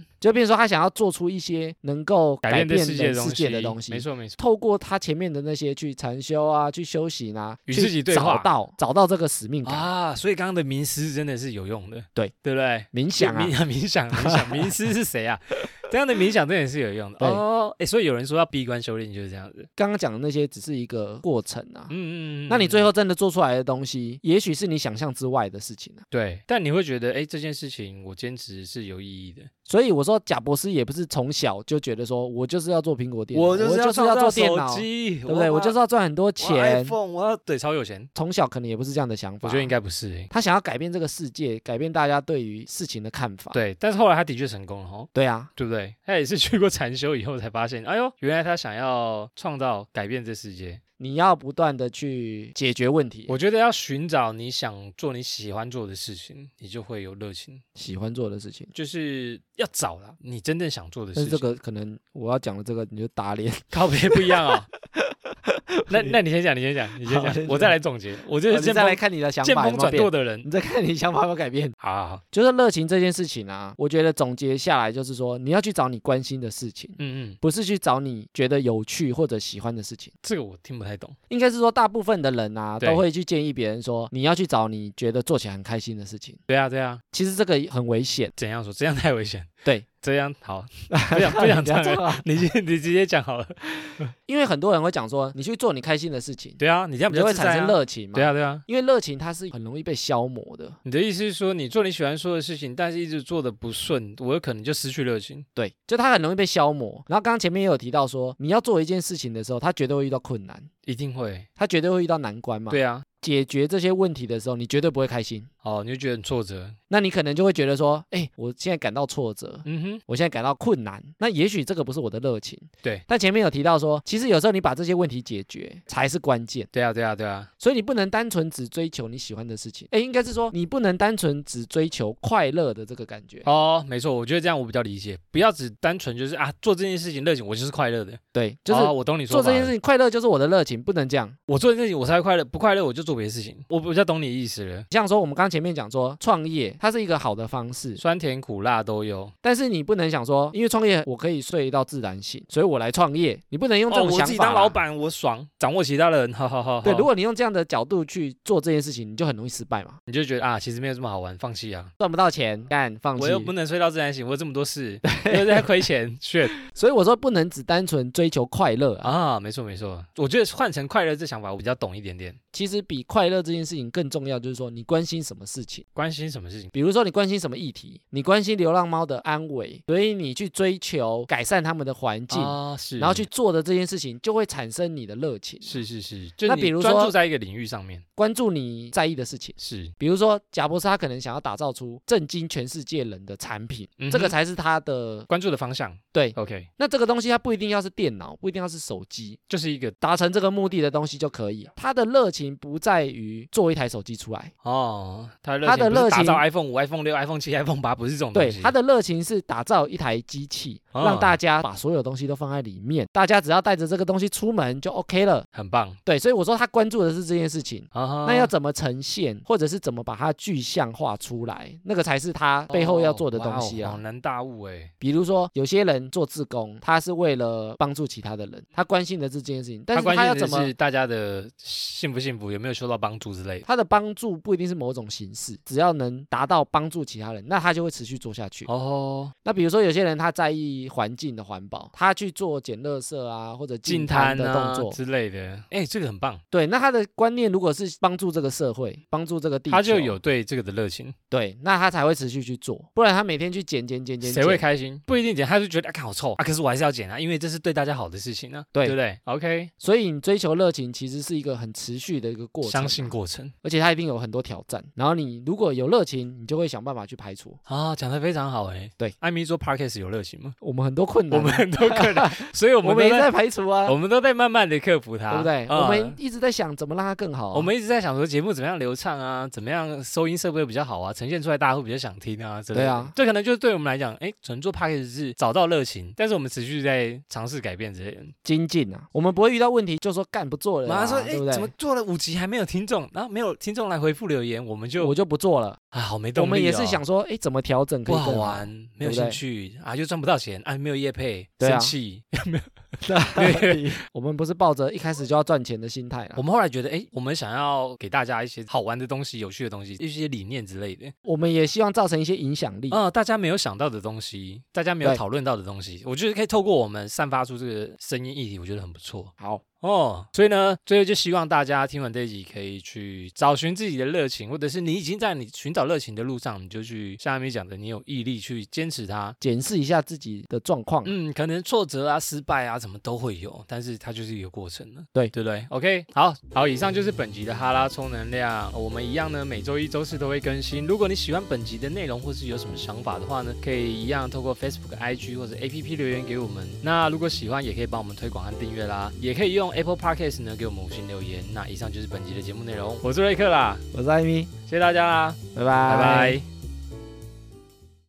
Speaker 1: 哼，
Speaker 2: 就变成说他想要做出一些能够
Speaker 1: 改
Speaker 2: 变
Speaker 1: 变这
Speaker 2: 人
Speaker 1: 世界
Speaker 2: 世界的东西，
Speaker 1: 没。错没错，
Speaker 2: 透过他前面的那些去禅修啊，去修行啊，
Speaker 1: 与
Speaker 2: 去
Speaker 1: 自己对话
Speaker 2: 找到找到这个使命感、
Speaker 1: 啊，所以刚刚的名师真的是有用的，
Speaker 2: 对
Speaker 1: 对不对？
Speaker 2: 冥想啊
Speaker 1: 冥，冥想冥想名师是谁啊？这样的冥想真的是有用的
Speaker 2: 对
Speaker 1: 哦。哎，所以有人说要闭关修炼就是这样子。
Speaker 2: 刚刚讲的那些只是一个过程啊。
Speaker 1: 嗯嗯嗯。
Speaker 2: 那你最
Speaker 1: 后
Speaker 2: 后真的做出来的东西，也许是你想象之外的事情啊。
Speaker 1: 对，但你会觉得，哎，这件事情我坚持是有意义的。
Speaker 2: 所以我说，贾博士也不是从小就觉得说我就是要做苹果电脑，
Speaker 1: 就
Speaker 2: 要
Speaker 1: 创造
Speaker 2: 做电
Speaker 1: 手
Speaker 2: 脑，对
Speaker 1: 机，
Speaker 2: 不对？我就是
Speaker 1: 要
Speaker 2: 要赚很多
Speaker 1: 我要
Speaker 2: 钱。
Speaker 1: iPhone，我要对超有钱。
Speaker 2: 从小可能也不是这样的想法。
Speaker 1: 我觉得应该不是。哎
Speaker 2: 他想要改变这个世界，改变大家对于事情的看法。
Speaker 1: 对，但是后来他的确成功了哦。
Speaker 2: 对啊，
Speaker 1: 对不对？他也是去过禅修以后才发现，哎呦，原来他想要创造改变这世界。
Speaker 2: 你要不断的去解决问题。
Speaker 1: 我觉得要寻找你想做、你喜欢做的事情，你就会有热情。
Speaker 2: 喜欢做的事情，
Speaker 1: 就是要找啦，你真正想做的事
Speaker 2: 但
Speaker 1: 情。
Speaker 2: 是这个可能我要讲的这个你就打脸。
Speaker 1: 告别不一样啊、那那你先讲，你先讲，你先
Speaker 2: 好
Speaker 1: 讲，我再来总结。我就
Speaker 2: 我
Speaker 1: 是
Speaker 2: 们
Speaker 1: 见
Speaker 2: 再来
Speaker 1: 风
Speaker 2: 哦看你的想
Speaker 1: 见
Speaker 2: 法有
Speaker 1: 风
Speaker 2: 没有
Speaker 1: 转舵
Speaker 2: 变，
Speaker 1: 的人。
Speaker 2: 你再看你想法有没有改变。
Speaker 1: 好好好，
Speaker 2: 就是热情这件事情啊，我觉得总结下来就是说，你要去找你关心的事情，
Speaker 1: 嗯嗯，
Speaker 2: 不是去找你觉得有趣或者喜欢的事情。
Speaker 1: 这个我听不太懂。
Speaker 2: 应该是说，大部分的人啊，
Speaker 1: 对
Speaker 2: 都会去建议别人说，你要去找你觉得做起来很开心的事情。
Speaker 1: 对啊对啊，
Speaker 2: 其实这个很危险，
Speaker 1: 怎样说？这样太危险。
Speaker 2: 对，
Speaker 1: 这样 好，不想不想
Speaker 2: 不
Speaker 1: 这
Speaker 2: 要
Speaker 1: 样了。
Speaker 2: 啊
Speaker 1: 你先你直接讲好了。
Speaker 2: 因为很多人会讲说，你去做你开心的事情，
Speaker 1: 对啊，你这样
Speaker 2: 你
Speaker 1: 比
Speaker 2: 就
Speaker 1: 较
Speaker 2: 会
Speaker 1: 自在
Speaker 2: 产
Speaker 1: 啊
Speaker 2: 生。热情嘛。
Speaker 1: 对啊对啊，
Speaker 2: 因为热情它是很容易被消磨的。
Speaker 1: 你的意思是说，你做你喜欢做的事情，但是一直做的不顺，我有可能就失去热情。
Speaker 2: 对，就它很容易被消磨。然后刚刚前面也有提到说，你要做一件事情的时候，它绝对会遇到困难，
Speaker 1: 一定会。
Speaker 2: 它绝对会遇到难关嘛。
Speaker 1: 对啊，
Speaker 2: 解决这些问题的时候，你绝对不会开心。
Speaker 1: 哦，你就觉得很挫折。
Speaker 2: 那你可能就会觉得说，哎，我现在感到挫折，
Speaker 1: 嗯哼，
Speaker 2: 我现在感到困难。那也许这个不是我的热情。
Speaker 1: 对。
Speaker 2: 但前面有提到说，其实有时候你把这些问题解决才是关键，
Speaker 1: 对啊对啊对啊，
Speaker 2: 所以你不能单纯只追求你喜欢的事情。哎，应该是说你不能单纯只追求快乐的这个感觉。
Speaker 1: 哦，没错，我觉得这样我比较理解，不要只单纯就是啊做这件事情热情，我就是快乐的，
Speaker 2: 对，就是
Speaker 1: 哦我懂你说
Speaker 2: 做这件事
Speaker 1: 情，
Speaker 2: 情，快乐就是我的热情，不能这样。
Speaker 1: 我做这件事情我才会快乐，不快乐我就做别的事情，我比较懂你意思了，
Speaker 2: 像说我们刚前面讲说创业，它是一个好的方式，
Speaker 1: 酸甜苦辣都有，
Speaker 2: 但是你不能想说，因为创业我可以睡到自然醒，所以我来创业，你不能用这
Speaker 1: 哦，
Speaker 2: 种
Speaker 1: 我
Speaker 2: 想
Speaker 1: 自己
Speaker 2: 法。
Speaker 1: 当老。板哦我爽，掌握其他人，好好好，
Speaker 2: 对，
Speaker 1: 好
Speaker 2: 如果你用这样的角度去做这件事情，你就很容易失败嘛，
Speaker 1: 你就觉得啊其实没有这么好玩，放弃啊，
Speaker 2: 赚不到钱，干放弃
Speaker 1: 我。又不能睡到自然醒，我有这么多 事，又在亏钱，shit
Speaker 2: 所以我说不能只单纯追求快乐啊，
Speaker 1: 啊，没错没错，我觉得换成快乐这想法我比较懂一点点，
Speaker 2: 其实比快乐这件事情更重要，就是说你关心什么事情。
Speaker 1: 关心什么事情，
Speaker 2: 比如说你关心什么议题，你关心流浪猫的安危，所以你去追求改善它们的环境，
Speaker 1: 啊是，
Speaker 2: 然后去做的这件事情，就会产生你的热情。
Speaker 1: 是是是，就
Speaker 2: 那
Speaker 1: 你
Speaker 2: 比如
Speaker 1: 专注
Speaker 2: 说
Speaker 1: 在一个领域上面
Speaker 2: 关注你在意的事情。
Speaker 1: 是。
Speaker 2: 比如说，贾博士他可能想要打造出震惊全世界人的产品，
Speaker 1: 嗯哼
Speaker 2: 这个才是他的
Speaker 1: 关注的方向，
Speaker 2: 对。
Speaker 1: OK，
Speaker 2: 那这个东西它不一定要是电脑，不一定要是手机，
Speaker 1: 就是一个
Speaker 2: 达成这个目的的东西就可以。他的热情不在于做一台手机出来，
Speaker 1: 哦，他的热
Speaker 2: 他
Speaker 1: 情
Speaker 2: 的
Speaker 1: 不是
Speaker 2: 热
Speaker 1: 打
Speaker 2: 情
Speaker 1: 造 iPhone 五、iPhone 六、iPhone 七、iPhone 八，不是这种
Speaker 2: 对
Speaker 1: 东，西
Speaker 2: 他的热情是打造一台机器，
Speaker 1: 哦
Speaker 2: 让大家把所有东西都放在里面，大家只要带着这个东西出门就 OK 了。
Speaker 1: 很棒
Speaker 2: 对，所以我说他关注的是这件事情。
Speaker 1: 啊哈。
Speaker 2: 那要怎么呈现，或者是怎么把它具象化出来，那个才是他背后要做的东西
Speaker 1: 哦哇哦
Speaker 2: 啊
Speaker 1: 恍。然大悟哎，
Speaker 2: 比如说，有些人做志工，他是为了帮助其他的人，他关心的是这件事情，但是
Speaker 1: 关
Speaker 2: 他要
Speaker 1: 心的
Speaker 2: 怎么
Speaker 1: 是？大家的幸不幸福，有没有受到帮助之类的。
Speaker 2: 他的帮助不一定是某种形式，只要能达到帮助其他人，那他就会持续做下去。
Speaker 1: 哦，
Speaker 2: 那比如说，有些人他在意环境的环保，他去做捡垃圾啊或者
Speaker 1: 净
Speaker 2: 滩
Speaker 1: 滩
Speaker 2: 的
Speaker 1: 啊
Speaker 2: 动作，
Speaker 1: 之类的，哎，这个很棒，
Speaker 2: 对，那他的观念如果是帮助这个社会，帮助这个地球，
Speaker 1: 他就有对这个的热情，
Speaker 2: 对，那他才会持续去做，不然他每天去捡捡捡捡，
Speaker 1: 谁会
Speaker 2: 捡
Speaker 1: 开心？不一定捡，他就觉得啊，看好臭啊，可是我还是要捡啊，因为这是对大家好的事情啊，
Speaker 2: 对
Speaker 1: 不对？OK，
Speaker 2: 所以你追求热情其实是一个很持续的一个过程啊，
Speaker 1: 相信过程
Speaker 2: 而且它一定有很多挑战。然后你如果有热情，你就会想办法去排除。
Speaker 1: 啊，讲的非常好哎。
Speaker 2: 对，
Speaker 1: 艾米说 Parkes 有热情吗？
Speaker 2: 我们很多困难
Speaker 1: 我
Speaker 2: 啊，
Speaker 1: 们都可能，所以我
Speaker 2: 我
Speaker 1: 们
Speaker 2: 们
Speaker 1: 都
Speaker 2: 也在排除啊，
Speaker 1: 我们都在慢慢的克服它，
Speaker 2: 对不对？
Speaker 1: 嗯
Speaker 2: 我们一直在想怎么让它更好啊。
Speaker 1: 我们一直在想说节目怎么样流畅啊，怎么样收音设备比较好啊，呈现出来大家会比较想听啊，之类的
Speaker 2: 对啊
Speaker 1: 这可能就是对我们来讲，哎，纯做 p a c k a g e 是找到热情，但是我们持续在尝试改变之类的。
Speaker 2: 精进啊，我们不会遇到问题就说干不做了
Speaker 1: 马
Speaker 2: 啊，
Speaker 1: 上说，
Speaker 2: 对不
Speaker 1: 哎，怎么
Speaker 2: 对？
Speaker 1: 做了五集还没有听众，然后没有听众来回复留言，我们就
Speaker 2: 我就不做了，
Speaker 1: 啊，好没没动力、
Speaker 2: 我们也是想，说，哎，怎么调整可
Speaker 1: 不
Speaker 2: 以
Speaker 1: 好
Speaker 2: 更好？
Speaker 1: 玩，没有
Speaker 2: 对不
Speaker 1: 兴
Speaker 2: 对
Speaker 1: 趣啊，又赚不到钱啊，没有业配，
Speaker 2: 对
Speaker 1: 生
Speaker 2: 啊
Speaker 1: 气。
Speaker 2: 对，我们不是抱着一开始就要赚钱的心态啊啦
Speaker 1: 我，们后来觉得，哎，我们想要给大家一些好玩的东西、有趣的东西、一些理念之类的。
Speaker 2: 我们也希望造成一些影响力。
Speaker 1: 呃，大家没有想到的东西，大家没有
Speaker 2: 对
Speaker 1: 讨论到的东西，我觉得可以透过我们散发出这个声音议题，我觉得很不错。
Speaker 2: 好，
Speaker 1: 哦，所以呢，最后就希望大家听完这一集，可以去找寻自己的热情，或者是你已经在你寻找热情的路上，你就去像阿米讲的，你有毅力去坚持它。
Speaker 2: 检视一下自己的状况。
Speaker 1: 嗯，可能挫折啊、失败啊，什么都会有，但是它就是一个过程了，
Speaker 2: 对
Speaker 1: 对不对？OK，好好，以上就是本集的哈拉充能量，我们一样呢，每周一、周四都会更新。如果你喜欢本集的内容，或是有什么想法的话呢，可以一样透过 Facebook、IG 或者 APP 留言给我们。那如果喜欢，也可以帮我们推广和订阅啦，也可以用 Apple Podcast 呢给我们五星留言。那以上就是本集的节目内容，我是瑞克啦，
Speaker 2: 我是艾米，
Speaker 1: 谢谢大家啦，
Speaker 2: 拜拜，
Speaker 1: 拜拜